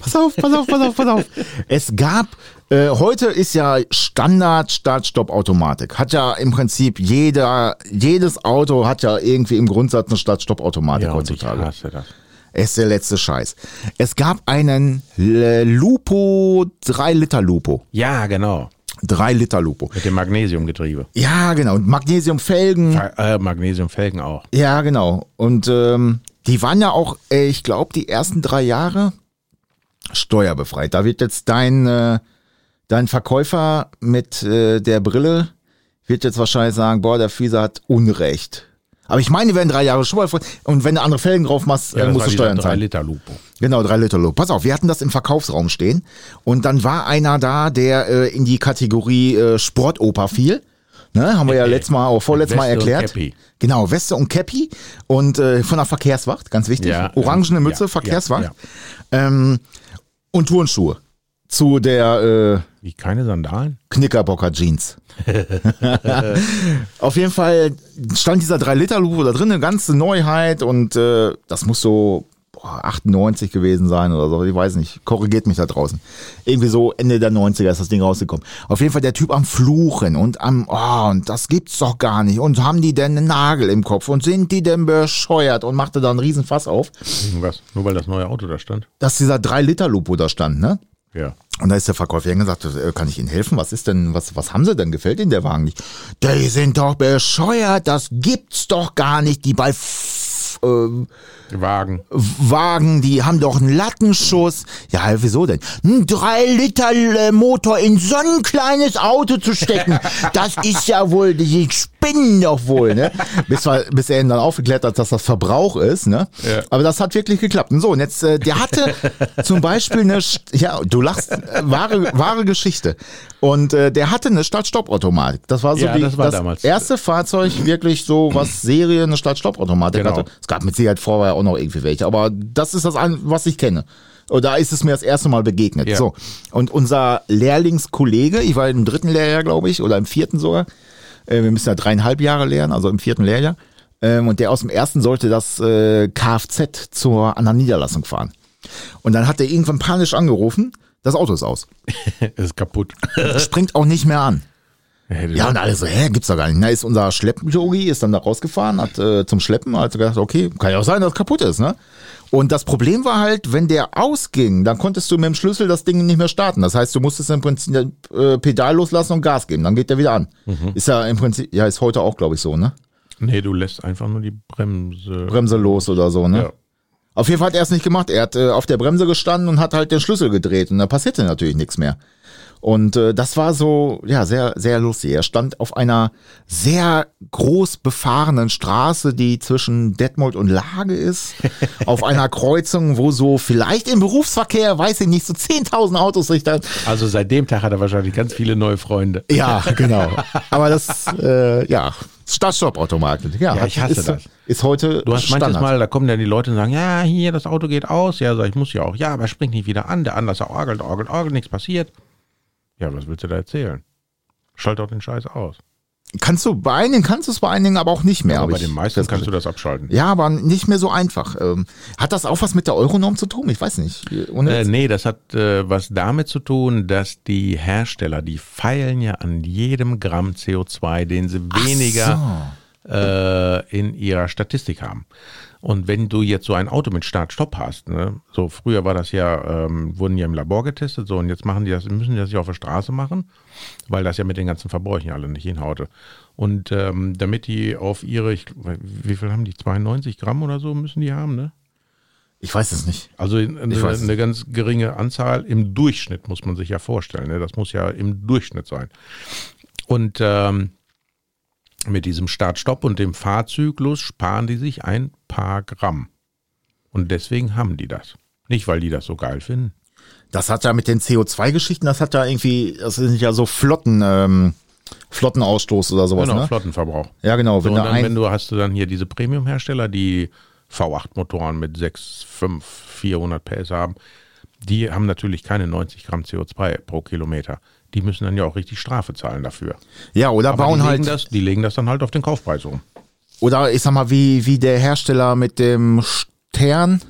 Speaker 2: Pass auf, pass auf, pass auf, pass auf. Es gab, äh, heute ist ja Standard Start-Stopp-Automatik. Hat ja im Prinzip jeder, jedes Auto hat ja irgendwie im Grundsatz eine Start-Stopp-Automatik
Speaker 3: und ich
Speaker 2: heutzutage.
Speaker 3: hasse das.
Speaker 2: Ist der letzte Scheiß. Es gab einen L- Lupo, 3 Liter Lupo.
Speaker 3: Ja, genau.
Speaker 2: 3 Liter Lupo.
Speaker 3: Mit dem Magnesiumgetriebe.
Speaker 2: Ja, genau. Und Magnesiumfelgen.
Speaker 3: Äh, Magnesiumfelgen auch.
Speaker 2: Ja, genau. Und ähm, die waren ja auch, äh, ich glaube, die ersten drei Jahre steuerbefreit. Da wird jetzt dein, äh, dein Verkäufer mit äh, der Brille, wird jetzt wahrscheinlich sagen, boah, der Fieser hat Unrecht. Aber ich meine, die werden drei Jahre steuerbefreit. Und wenn du andere Felgen drauf machst, äh, musst du Steuern zahlen.
Speaker 3: Liter Lupo.
Speaker 2: Genau, drei Liter Lob. Pass auf, wir hatten das im Verkaufsraum stehen und dann war einer da, der äh, in die Kategorie äh, Sportoper fiel. Ne, haben wir ja
Speaker 3: Äh,
Speaker 2: letztes Mal, auch vorletztes Mal
Speaker 3: Weste und
Speaker 2: erklärt.
Speaker 3: Käppi.
Speaker 2: Genau, Weste und Cappy und äh, von der Verkehrswacht, ganz wichtig.
Speaker 3: Ja,
Speaker 2: Orangene
Speaker 3: ähm,
Speaker 2: Mütze,
Speaker 3: ja,
Speaker 2: Verkehrswacht
Speaker 3: ja,
Speaker 2: Ähm, und Turnschuhe. zu der äh,
Speaker 3: Wie keine Sandalen?
Speaker 2: Knickerbocker Jeans. Auf jeden Fall stand dieser 3-Liter-Lupo da drin, eine ganze Neuheit und äh, das muss so boah, 98 gewesen sein oder so, ich weiß nicht, korrigiert mich da draußen. Irgendwie so Ende der 90er ist das Ding rausgekommen. Auf jeden Fall der Typ am Fluchen und am, oh, und das gibt's doch gar nicht und haben die denn einen Nagel im Kopf und sind die denn bescheuert und machte da einen Riesenfass auf,
Speaker 3: Irgendwas. Nur weil das neue Auto da stand?
Speaker 2: dass dieser 3-Liter-Lupo da stand, ne?
Speaker 3: Ja.
Speaker 2: Und da ist der Verkäufer hingesagt, äh, kann ich Ihnen helfen? Was ist denn, was, was haben Sie denn? Gefällt Ihnen der Wagen nicht? Die sind doch bescheuert, das gibt's doch gar nicht. Die bei F ähm,
Speaker 3: Wagen.
Speaker 2: Wagen, die haben doch einen Lattenschuss. Ja, hä, wieso denn? Ein 3-Liter-Motor in so ein kleines Auto zu stecken, das ist ja wohl, die spinnen doch wohl, ne? Bis, wir, bis er ihn dann aufgeklärt hat, dass das Verbrauch ist, ne?
Speaker 3: Ja.
Speaker 2: Aber das hat wirklich geklappt. Und so, und jetzt, äh, der hatte zum Beispiel eine, St- ja, du lachst, äh, wahre, wahre Geschichte. Und äh, der hatte eine Stadtstoppautomatik. Das war so
Speaker 3: Ja,
Speaker 2: die,
Speaker 3: das war damals.
Speaker 2: erste Fahrzeug wirklich so, was Serie eine Stadtstoppautomatik
Speaker 3: Genau.
Speaker 2: hatte. Es gab mit Sicherheit vorher auch noch irgendwie welche, aber das ist das, ein- was ich kenne. Und da ist es mir das erste Mal begegnet.
Speaker 3: Ja.
Speaker 2: So. Und unser Lehrlingskollege, ich war im dritten Lehrjahr, glaube ich, oder im vierten sogar, äh, wir müssen ja dreieinhalb Jahre lehren, also im vierten Lehrjahr. Ähm, und der aus dem ersten sollte das äh, Kfz zur anderen Niederlassung fahren. Und dann hat er irgendwann panisch angerufen, das Auto ist aus.
Speaker 3: Ist kaputt.
Speaker 2: Springt auch nicht mehr an. Ja,
Speaker 3: ja,
Speaker 2: und alle so, hä, gibt's doch gar nicht. Na, ist unser Schleppjogi, ist dann da rausgefahren, hat äh, zum Schleppen, hat gedacht, okay, kann ja auch sein, dass es kaputt ist, ne? Und das Problem war halt, wenn der ausging, dann konntest du mit dem Schlüssel das Ding nicht mehr starten. Das heißt, du musstest im Prinzip äh, Pedal loslassen und Gas geben, dann geht der wieder an. Ist ja im Prinzip, ja, ist heute auch, glaube ich, so, ne?
Speaker 3: nee, du lässt einfach nur die Bremse.
Speaker 2: Bremse los oder so, ne?
Speaker 3: Ja.
Speaker 2: Auf jeden Fall hat er es nicht gemacht. Er hat äh, auf der Bremse gestanden und hat halt den Schlüssel gedreht und da passierte natürlich nichts mehr. Und äh, das war so, ja, sehr, sehr lustig. Er stand auf einer sehr groß befahrenen Straße, die zwischen Detmold und Lage ist, auf einer Kreuzung, wo so vielleicht im Berufsverkehr, weiß ich nicht, so 10.000 Autos sich da
Speaker 3: Also seit dem Tag hat er wahrscheinlich ganz viele neue Freunde.
Speaker 2: ja, genau. Aber das, äh, ja, Stadtstoppautomatik. Ja,
Speaker 3: Ja, ich hasse
Speaker 2: ist,
Speaker 3: das.
Speaker 2: Ist heute
Speaker 3: Du hast
Speaker 2: Standard.
Speaker 3: manches Mal, da kommen dann die Leute und sagen, ja, hier, das Auto geht aus. Ja, sag ich, muss ja auch. Ja, aber springt nicht wieder an. Der Anlasser orgelt, orgelt, orgelt, nichts passiert. Ja, was willst du da erzählen? Schalt doch den Scheiß aus.
Speaker 2: Kannst du bei einigen, kannst du es bei einigen, aber auch nicht mehr.
Speaker 3: aber
Speaker 2: hab
Speaker 3: bei
Speaker 2: ich
Speaker 3: den meisten kannst
Speaker 2: festgestellt.
Speaker 3: du das abschalten.
Speaker 2: Ja, aber nicht mehr so einfach. Ähm, hat das auch was mit der Euronorm zu tun? Ich weiß nicht. Ohne
Speaker 3: Äh,
Speaker 2: Witz.
Speaker 3: nee, das hat äh, was damit zu tun, dass die Hersteller, die feilen ja an jedem Gramm CO2, den sie weniger äh, in ihrer Statistik haben. Und wenn du jetzt so ein Auto mit Start-Stopp hast, ne, so früher war das ja, ähm, wurden ja im Labor getestet, so und jetzt machen die das, müssen die das ja auf der Straße machen, weil das ja mit den ganzen Verbräuchen alle nicht hinhaute. Und ähm, damit die auf ihre, ich, wie viel haben die, 92 Gramm oder so müssen die haben, ne?
Speaker 2: Ich weiß es nicht.
Speaker 3: Also in- in-
Speaker 2: Ich
Speaker 3: eine,
Speaker 2: weiß es
Speaker 3: eine ganz geringe Anzahl im Durchschnitt, muss man sich ja vorstellen. Ne? Das muss ja im Durchschnitt sein. Und ähm, mit diesem Start-Stopp und dem Fahrzyklus sparen die sich ein paar Gramm. Und deswegen haben die das. Nicht, weil die das so geil finden.
Speaker 2: Das hat ja mit den CO2-Geschichten, das hat ja irgendwie, das sind ja so Flotten, ähm, Flottenausstoß oder sowas,
Speaker 3: genau,
Speaker 2: ne?
Speaker 3: Flottenverbrauch.
Speaker 2: Ja, genau.
Speaker 3: So,
Speaker 2: Wenn
Speaker 3: und
Speaker 2: da
Speaker 3: dann, wenn
Speaker 2: ein,
Speaker 3: du hast du dann hier diese Premium-Hersteller, die V8-Motoren mit 6, 5, 400 PS haben, die haben natürlich keine 90 Gramm CO2 pro Kilometer. Die müssen dann ja auch richtig Strafe zahlen dafür.
Speaker 2: ja, oder
Speaker 3: Aber die,
Speaker 2: bauen
Speaker 3: legen
Speaker 2: halt,
Speaker 3: das, die legen das dann halt auf den Kaufpreis um.
Speaker 2: oder ich sag mal, wie, wie der Hersteller mit dem Stern,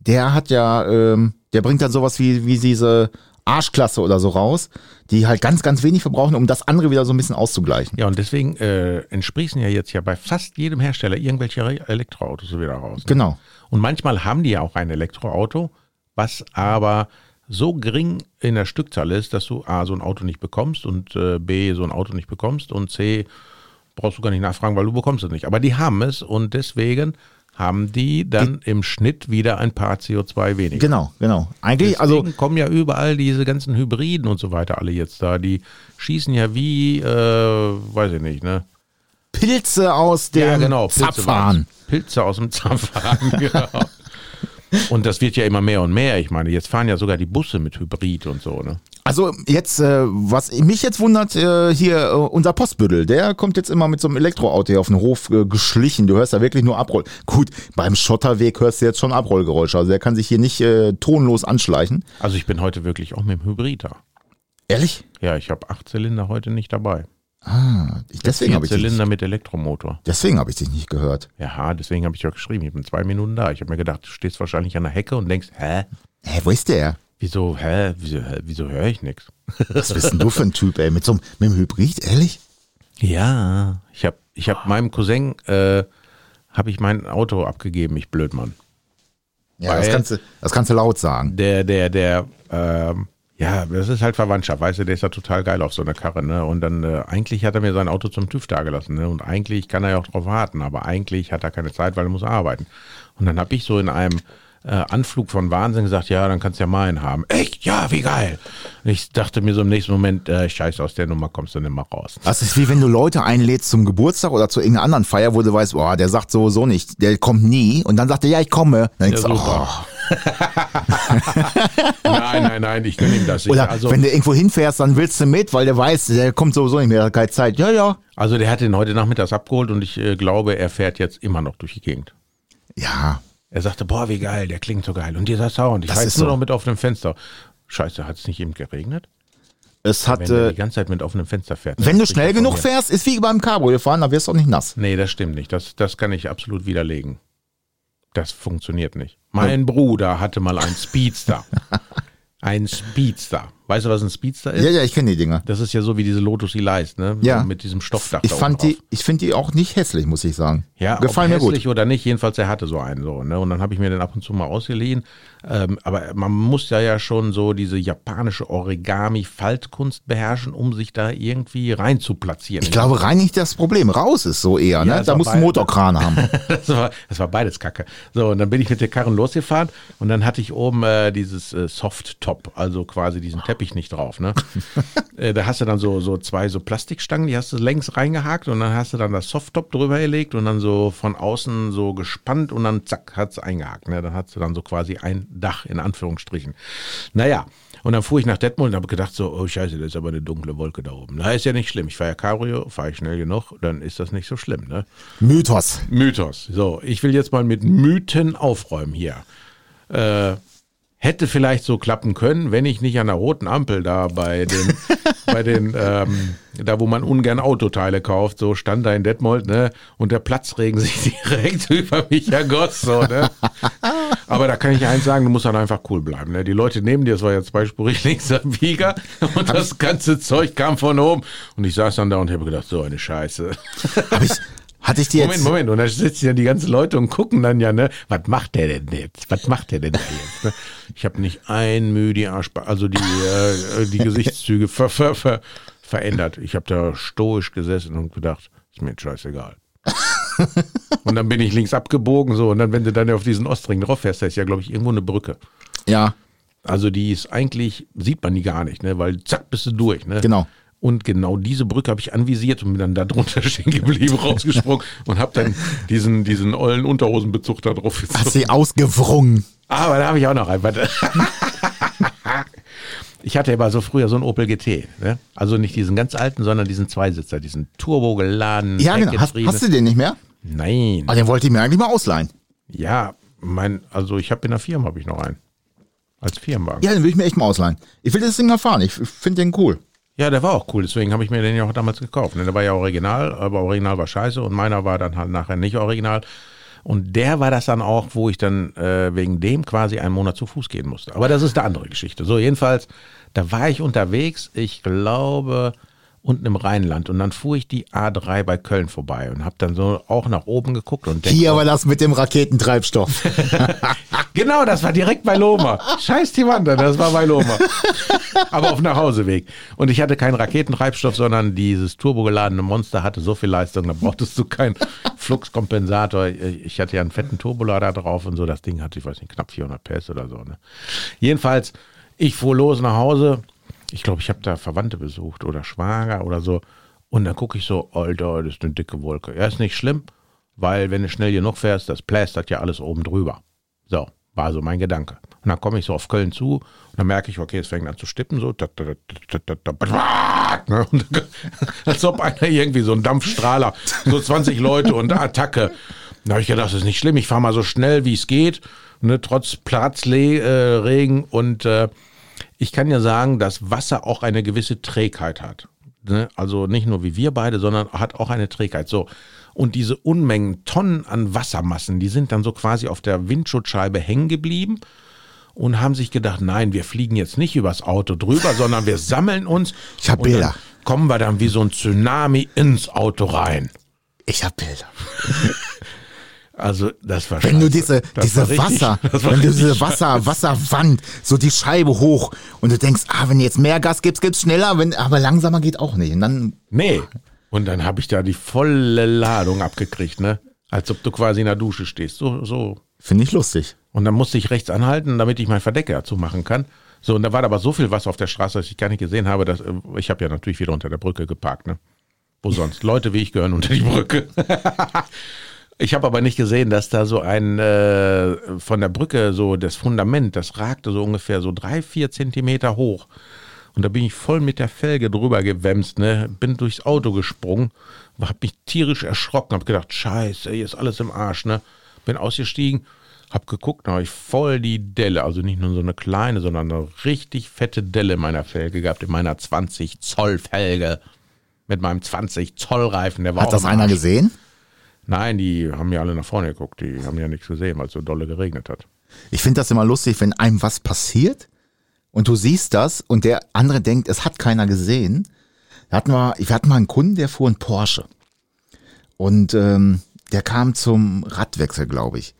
Speaker 2: der hat ja, ähm, der bringt dann sowas wie, wie diese Arschklasse oder so raus, die halt ganz, ganz wenig verbrauchen, um das andere wieder so ein bisschen auszugleichen.
Speaker 3: Ja, und deswegen äh, entsprießen ja jetzt ja bei fast jedem Hersteller irgendwelche Re- Elektroautos wieder raus. Ne?
Speaker 2: Genau.
Speaker 3: Und manchmal haben die ja auch ein Elektroauto, was aber so gering in der Stückzahl ist, dass du A, so ein Auto nicht bekommst und äh, B, so ein Auto nicht bekommst und C, brauchst du gar nicht nachfragen, weil du bekommst es nicht. Aber die haben es und deswegen haben die dann im Schnitt wieder ein paar CO2 weniger.
Speaker 2: Genau, genau. Eigentlich,
Speaker 3: Also
Speaker 2: also
Speaker 3: Deswegen kommen ja überall diese ganzen Hybriden und so weiter alle jetzt da. Die schießen ja wie, äh, weiß ich nicht, ne?
Speaker 2: Pilze aus dem
Speaker 3: genau, Pilze
Speaker 2: Zapfhahn.
Speaker 3: waren's. Pilze aus dem Zapfhahn, genau. Und das wird ja immer mehr und mehr. Ich meine, jetzt fahren ja sogar die Busse mit Hybrid und so, ne?
Speaker 2: Also jetzt, äh, was mich jetzt wundert, äh, hier äh, unser Postbüttel, der kommt jetzt immer mit so einem Elektroauto hier auf den Hof äh, geschlichen. Du hörst da wirklich nur Abroll. Gut, beim Schotterweg hörst du jetzt schon Abrollgeräusche. Also der kann sich hier nicht äh, tonlos anschleichen.
Speaker 3: Also ich bin heute wirklich auch mit dem Hybrid da.
Speaker 2: Ehrlich?
Speaker 3: Ja, ich habe acht Zylinder heute nicht dabei.
Speaker 2: Ah, ich, deswegen
Speaker 3: Vier
Speaker 2: habe ich, dich
Speaker 3: Zylinder
Speaker 2: nicht-
Speaker 3: mit Elektromotor.
Speaker 2: deswegen hab ich dich nicht gehört.
Speaker 3: Ja, deswegen habe ich ja geschrieben, ich bin zwei Minuten da. Ich habe mir gedacht, du stehst wahrscheinlich an der Hecke und denkst, hä?
Speaker 2: Hä, wo ist der?
Speaker 3: Wieso, hä? Wieso, hä? Wieso höre ich nichts?
Speaker 2: Was bist denn du für ein Typ, ey? Mit so einem mit dem Hybrid, ehrlich?
Speaker 3: Ja. Ich habe ich hab meinem Cousin, äh, habe ich mein Auto abgegeben, ich Blödmann.
Speaker 2: Ja,
Speaker 3: Weil-
Speaker 2: das kannst, du, das kannst du laut sagen.
Speaker 3: der, der, der, ähm, ja, das ist halt Verwandtschaft, weißt du, der ist ja total geil auf so einer Karre, ne? Und dann, äh, eigentlich hat er mir sein Auto zum TÜV dagelassen, ne? Und eigentlich kann er ja auch drauf warten, aber eigentlich hat er keine Zeit, weil er muss arbeiten. Und dann habe ich so in einem äh, Anflug von Wahnsinn gesagt, ja, dann kannst du ja meinen haben. Echt? Ja, wie geil. Und ich dachte mir so im nächsten Moment, äh, scheiße, aus der Nummer kommst du nicht mal raus.
Speaker 2: Das ist wie wenn du Leute einlädst zum Geburtstag oder zu irgendeiner anderen Feier, wo du weißt, boah, der sagt so so nicht, der kommt nie. Und dann sagt er, ja, ich komme. Dann denkst du,
Speaker 3: super.
Speaker 2: oh.
Speaker 3: nein, nein, nein, ich nehme ihm das. Also, Ich,
Speaker 2: Oder wenn du irgendwo hinfährst, dann willst du mit, weil der weiß, der kommt sowieso nicht mehr, der hat keine Zeit. Ja, ja.
Speaker 3: also der hat ihn heute Nachmittags abgeholt und ich äh, glaube, er fährt jetzt immer noch durch die Gegend.
Speaker 2: Ja,
Speaker 3: Er sagte, boah, wie geil, der klingt so geil. Und dieser Sound, ich
Speaker 2: Das
Speaker 3: das
Speaker 2: ist
Speaker 3: nur
Speaker 2: so.
Speaker 3: noch mit offenem Fenster. Scheiße, hat es nicht eben geregnet?
Speaker 2: es
Speaker 3: Wenn
Speaker 2: hat,
Speaker 3: der
Speaker 2: äh,
Speaker 3: die ganze Zeit mit offenem Fenster fährt. dann
Speaker 2: wenn du
Speaker 3: spricht er
Speaker 2: schnell
Speaker 3: von
Speaker 2: genug
Speaker 3: mir.
Speaker 2: fährst, ist wie beim Cabrio fahren, da wirst du auch nicht nass.
Speaker 3: Nee, das stimmt nicht. Das, das kann ich absolut widerlegen. Das funktioniert
Speaker 2: Hm.
Speaker 3: nicht. Mein Bruder hatte mal einen Speedster. ein Speedster. Weißt du, was ein Speedster ist?
Speaker 2: Ja, ja, ich kenne die Dinger.
Speaker 3: Das ist ja so wie diese Lotus Elise, ne?
Speaker 2: Ja.
Speaker 3: Mit diesem Stoffdach.
Speaker 2: Ich
Speaker 3: da
Speaker 2: fand
Speaker 3: oben
Speaker 2: die,
Speaker 3: drauf.
Speaker 2: ich finde die auch nicht hässlich, muss ich sagen.
Speaker 3: Ja,
Speaker 2: Gefallen
Speaker 3: ob
Speaker 2: mir gut.
Speaker 3: hässlich oder nicht, jedenfalls er hatte so einen so. Ne? Und dann habe ich mir den ab und zu mal ausgeliehen. Ähm, aber man muss ja ja schon so diese japanische Origami-Faltkunst beherrschen, um sich da irgendwie rein zu platzieren.
Speaker 2: Ich glaube, rein nicht das Problem. Raus ist so eher, ne?
Speaker 3: ist
Speaker 2: Da
Speaker 3: auch
Speaker 2: musst du einen
Speaker 3: bei-
Speaker 2: Motorkran haben.
Speaker 3: das, war, das war beides Kacke. So, und dann bin ich mit der Karren losgefahren und dann hatte ich oben äh, dieses äh, Soft-Top, also quasi diesen Teppich nicht drauf. Ne? äh, da hast du dann so, so zwei so Plastikstangen, die hast du längs reingehakt und dann hast du dann das Soft-Top drüber gelegt und dann so von außen so gespannt und dann zack, hat's eingehakt. Ne? Dann hast du dann so quasi ein Dach in Anführungsstrichen. Naja. Und dann fuhr ich nach Detmold und habe gedacht so, oh scheiße, da ist aber eine dunkle Wolke da oben. Na, ist ja nicht schlimm. Ich fahre ja Cabrio, fahre ich schnell genug, dann ist das nicht so schlimm. Ne?
Speaker 2: Mythos.
Speaker 3: Mythos. So, ich will jetzt mal mit Mythen aufräumen hier. Äh, hätte vielleicht so klappen können, wenn ich nicht an der roten Ampel da bei den, bei den, ähm, da wo man ungern Autoteile kauft, so stand da in Detmold, ne? Und der Platzregen sich direkt über mich ergoss, so, ne? Aber da kann ich eins sagen, du musst dann einfach cool bleiben. Ne? Die Leute neben dir, das war ja zweispurig links am Bieger und das ganze Zeug kam von oben. Und ich saß dann da und habe gedacht, so eine Scheiße.
Speaker 2: Hab ich, hatte ich dir jetzt.
Speaker 3: Moment, Moment, und da sitzen ja die ganzen Leute und gucken dann ja, ne, was macht der denn jetzt? Was macht der denn da jetzt? Ne? Ich habe nicht ein Mühe die Arschba also die, äh, äh, die Gesichtszüge ver ver ver verändert. Ich habe da stoisch gesessen und gedacht, ist mir jetzt scheißegal. und dann bin ich links abgebogen so und dann, wenn du dann auf diesen Ostring drauf fährst, da ist ja, glaube ich, irgendwo eine Brücke.
Speaker 2: Ja.
Speaker 3: Also die ist eigentlich, sieht man die gar nicht, ne? weil zack, bist du durch. Ne?
Speaker 2: Genau.
Speaker 3: Und genau diese Brücke habe ich anvisiert und bin dann da drunter stehen geblieben, rausgesprungen und habe dann diesen, diesen ollen Unterhosenbezug da drauf
Speaker 2: Hast
Speaker 3: gezogen.
Speaker 2: sie ausgewrungen.
Speaker 3: Aber da habe ich auch noch einen. Warte. Ich hatte aber so früher so einen Opel GT. Ne? Also nicht diesen ganz alten, sondern diesen Zweisitzer, diesen Turbo geladen.
Speaker 2: Ja, genau. Hast, hast du den nicht mehr?
Speaker 3: Nein.
Speaker 2: Ah, den wollte ich mir eigentlich mal ausleihen.
Speaker 3: Ja, mein, also ich habe in der Firma habe ich noch einen. Als Firmenwagen.
Speaker 2: Ja, den will ich mir echt mal ausleihen. Ich will das Ding mal fahren. Ich finde den cool.
Speaker 3: Ja, der war auch cool, deswegen habe ich mir den ja auch damals gekauft. ne? Der war ja original, aber original war scheiße und meiner war dann halt nachher nicht original. Und der war das dann auch, wo ich dann äh, wegen dem quasi einen Monat zu Fuß gehen musste. Aber das ist eine andere Geschichte. So, jedenfalls, da war ich unterwegs, ich glaube, unten im Rheinland. Und dann fuhr ich die A3 bei Köln vorbei und habe dann so auch nach oben geguckt und denk,
Speaker 2: Hier war das mit dem Raketentreibstoff.
Speaker 3: Genau, das war direkt bei Loma. Scheiß die Wander, das war bei Loma. Aber auf dem Nachhauseweg. Und ich hatte keinen Raketentreibstoff, sondern dieses turbogeladene Monster hatte so viel Leistung, da brauchtest du keinen Fluxkompensator. Ich hatte ja einen fetten Turbolader drauf und so. Das Ding hatte, ich weiß nicht, knapp 400 PS oder so. Ne? Jedenfalls, ich fuhr los nach Hause. Ich glaube, ich habe da Verwandte besucht oder Schwager oder so. Und dann gucke ich so, Alter, das ist eine dicke Wolke. Ja, ist nicht schlimm, weil wenn du schnell genug fährst, das plästert ja alles oben drüber. So, War so mein Gedanke. Und dann komme ich so auf Köln zu und dann merke ich, okay, es fängt an zu stippen, so. tat, tat, tat, tat, tat, tat, ne? Und Als ob einer irgendwie so ein Dampfstrahler, so 20 Leute und Attacke. Da habe ich gedacht, das ist nicht schlimm, ich fahre mal so schnell, wie es geht, ne? trotz Platzregen äh, Regen. und äh, ich kann ja sagen, dass Wasser auch eine gewisse Trägheit hat. Ne? Also nicht nur wie wir beide, sondern hat auch eine Trägheit. So. Und diese Unmengen Tonnen an Wassermassen, die sind dann so quasi auf der Windschutzscheibe hängen geblieben und haben sich gedacht, nein, wir fliegen jetzt nicht übers Auto drüber, sondern wir sammeln uns.
Speaker 2: Ich hab
Speaker 3: und dann
Speaker 2: Bilder.
Speaker 3: Kommen wir dann wie so ein Tsunami ins Auto rein.
Speaker 2: Ich hab Bilder.
Speaker 3: Also das war
Speaker 2: Wenn du
Speaker 3: scheiße.
Speaker 2: diese,
Speaker 3: Das
Speaker 2: diese
Speaker 3: war richtig-
Speaker 2: Wasser,
Speaker 3: das war
Speaker 2: wenn du
Speaker 3: richtig
Speaker 2: diese Wasser, Wasserwand, so die Scheibe hoch und du denkst, ah, wenn du jetzt mehr Gas gibst, gibt's schneller, wenn, aber langsamer geht auch nicht. Und dann,
Speaker 3: Nee. Und dann habe ich da die volle Ladung abgekriegt, ne? Als ob du quasi in der Dusche stehst. So, so.
Speaker 2: finde ich lustig.
Speaker 3: Und dann musste ich rechts anhalten, damit ich mein Verdeck dazu machen kann. So, und da war aber so viel Wasser auf der Straße, dass ich gar nicht gesehen habe, dass äh, ich habe ja natürlich wieder unter der Brücke geparkt, ne? Wo sonst? Leute wie ich gehören unter die Brücke. ich habe aber nicht gesehen, dass da so ein äh, von der Brücke so das Fundament, das ragte so ungefähr so drei, vier Zentimeter hoch. Und da bin ich voll mit der Felge drüber gewämst, ne? Bin durchs Auto gesprungen, hab mich tierisch erschrocken, hab gedacht, scheiße, hier ist alles im Arsch, ne? Bin ausgestiegen, hab geguckt, da hab ich voll die Delle, also nicht nur so eine kleine, sondern eine richtig fette Delle in meiner Felge gehabt, in meiner 20 Zoll Felge. Mit meinem 20 Zoll Reifen, der war auch
Speaker 2: Hat das
Speaker 3: im
Speaker 2: einer
Speaker 3: Arsch.
Speaker 2: gesehen?
Speaker 3: Nein, die haben ja alle nach vorne geguckt, die haben ja nichts gesehen, weil es so dolle geregnet hat.
Speaker 2: Ich finde das immer lustig, wenn einem was passiert und du siehst das und der andere denkt, es hat keiner gesehen. Da hatten wir, wir hatten mal einen Kunden, der fuhr einen Porsche. Und ähm, der kam zum Radwechsel, glaube ich.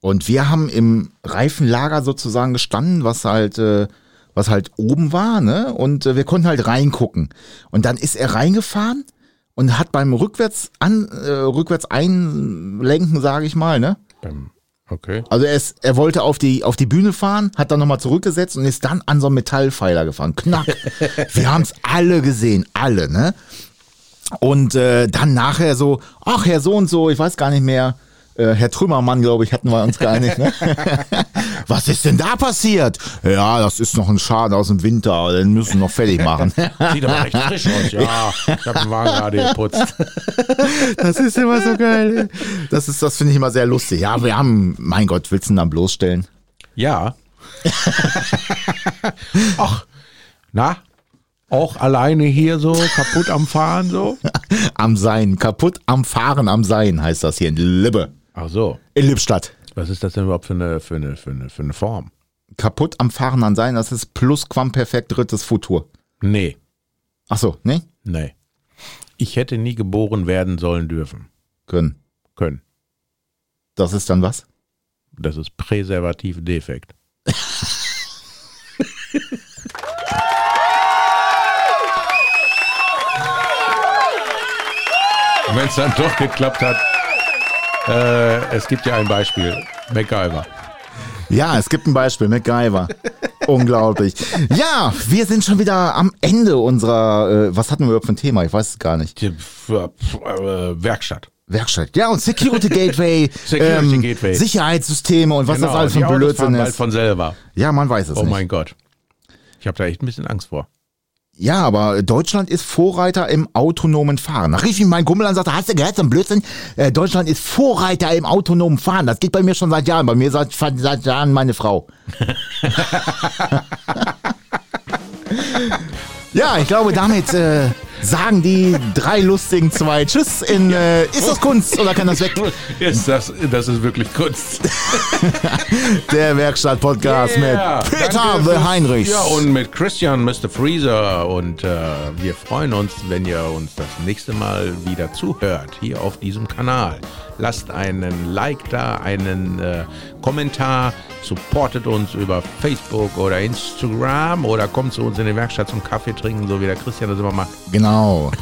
Speaker 2: Und wir haben im Reifenlager sozusagen gestanden, was halt, äh, was halt oben war, ne? Und äh, wir konnten halt reingucken. Und dann ist er reingefahren und hat beim rückwärts an, äh, rückwärts einlenken, sage ich mal, ne?
Speaker 3: Beim- Okay.
Speaker 2: Also er, ist, er wollte auf die, auf die Bühne fahren, hat dann nochmal zurückgesetzt und ist dann an so einen Metallpfeiler gefahren. Knack. Wir haben es alle gesehen, alle, ne? Und äh, dann nachher so, ach, Herr so und so, ich weiß gar nicht mehr, äh, Herr Trümmermann, glaube ich, hatten wir uns gar nicht. Ne? Was ist denn da passiert? Ja, das ist noch ein Schaden aus dem Winter, den müssen wir noch fertig machen.
Speaker 3: Sieht aber recht frisch aus, ja. Ich habe den Wagen gerade geputzt.
Speaker 2: Das ist immer so geil. Das ist, das finde ich immer sehr lustig. Ja, wir haben, mein Gott, willst du ihn dann bloßstellen?
Speaker 3: Ja. Ach, na? Auch alleine hier so, kaputt am Fahren so?
Speaker 2: Am Sein, kaputt am Fahren am Sein heißt das hier in Lippe.
Speaker 3: Ach so.
Speaker 2: In Lippstadt.
Speaker 3: Was ist das denn überhaupt für eine, für eine, für eine, für eine Form?
Speaker 2: Kaputt am Fahren am Sein, das ist plusquamperfekt drittes Futur.
Speaker 3: Nee,
Speaker 2: Ach so, ne?
Speaker 3: nee. Ich hätte nie geboren werden sollen dürfen.
Speaker 2: Können.
Speaker 3: Können.
Speaker 2: Das ist dann was?
Speaker 3: Das ist präservativ defekt. Wenn es dann doch geklappt hat, äh, es gibt ja ein Beispiel, MacGyver.
Speaker 2: Ja, es gibt ein Beispiel, MacGyver. Unglaublich. Ja, wir sind schon wieder am Ende unserer, äh, was hatten wir überhaupt für ein Thema? Ich weiß es gar nicht.
Speaker 3: Die, pf, pf, äh, Werkstatt.
Speaker 2: Werkstatt. Ja, und Security Gateway. ähm,
Speaker 3: Security Gateway.
Speaker 2: Sicherheitssysteme und was das alles
Speaker 3: Genau,
Speaker 2: für
Speaker 3: die
Speaker 2: ein
Speaker 3: Autos fahren
Speaker 2: Blödsinn
Speaker 3: bald
Speaker 2: ist.
Speaker 3: von selber.
Speaker 2: Ja, man weiß es
Speaker 3: Oh
Speaker 2: nicht.
Speaker 3: mein Gott. Ich habe da echt ein bisschen Angst vor.
Speaker 2: Ja, aber Deutschland ist Vorreiter im autonomen Fahren. Da rief ich meinen Kumpel an und sagte, hast du gehört, so ein Blödsinn? Äh, Deutschland ist Vorreiter im autonomen Fahren. Das geht bei mir schon seit Jahren. Bei mir seit, seit Jahren meine Frau. ja, ich glaube, damit äh, sagen die drei lustigen zwei Tschüss in äh, Ist das Kunst oder kann das weg?
Speaker 3: Ist das, das ist wirklich Kunst.
Speaker 2: Der Werkstatt-Podcast
Speaker 3: Yeah,
Speaker 2: mit Peter
Speaker 3: danke
Speaker 2: The
Speaker 3: fürs-
Speaker 2: Heinrichs.
Speaker 3: Ja, und mit Christian, Mr. Freezer. Und äh, wir freuen uns, wenn ihr uns das nächste Mal wieder zuhört, hier auf diesem Kanal. Lasst einen Like da, einen äh, Kommentar, supportet uns über Facebook oder Instagram oder kommt zu uns in die Werkstatt zum Kaffee trinken, so wie der Christian das immer macht.
Speaker 2: Genau.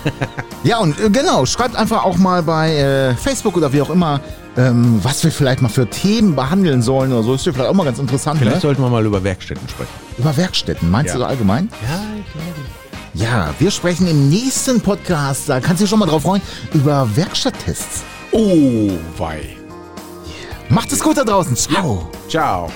Speaker 2: ja, und äh, genau, schreibt einfach auch mal bei äh, Facebook oder wie auch immer, ähm, was wir vielleicht mal für Themen behandeln sollen oder so. Ist ja vielleicht auch mal ganz interessant,
Speaker 3: Vielleicht
Speaker 2: ne?
Speaker 3: sollten wir mal über Werkstätten sprechen.
Speaker 2: Über Werkstätten, meinst
Speaker 3: Ja.
Speaker 2: du so allgemein?
Speaker 3: Ja, ich glaube.
Speaker 2: Ja, wir sprechen im nächsten Podcast, da kannst du dich schon mal drauf freuen, über Werkstatttests.
Speaker 3: Oh, wei.
Speaker 2: Macht es gut da draußen. Ciao.
Speaker 3: Ciao.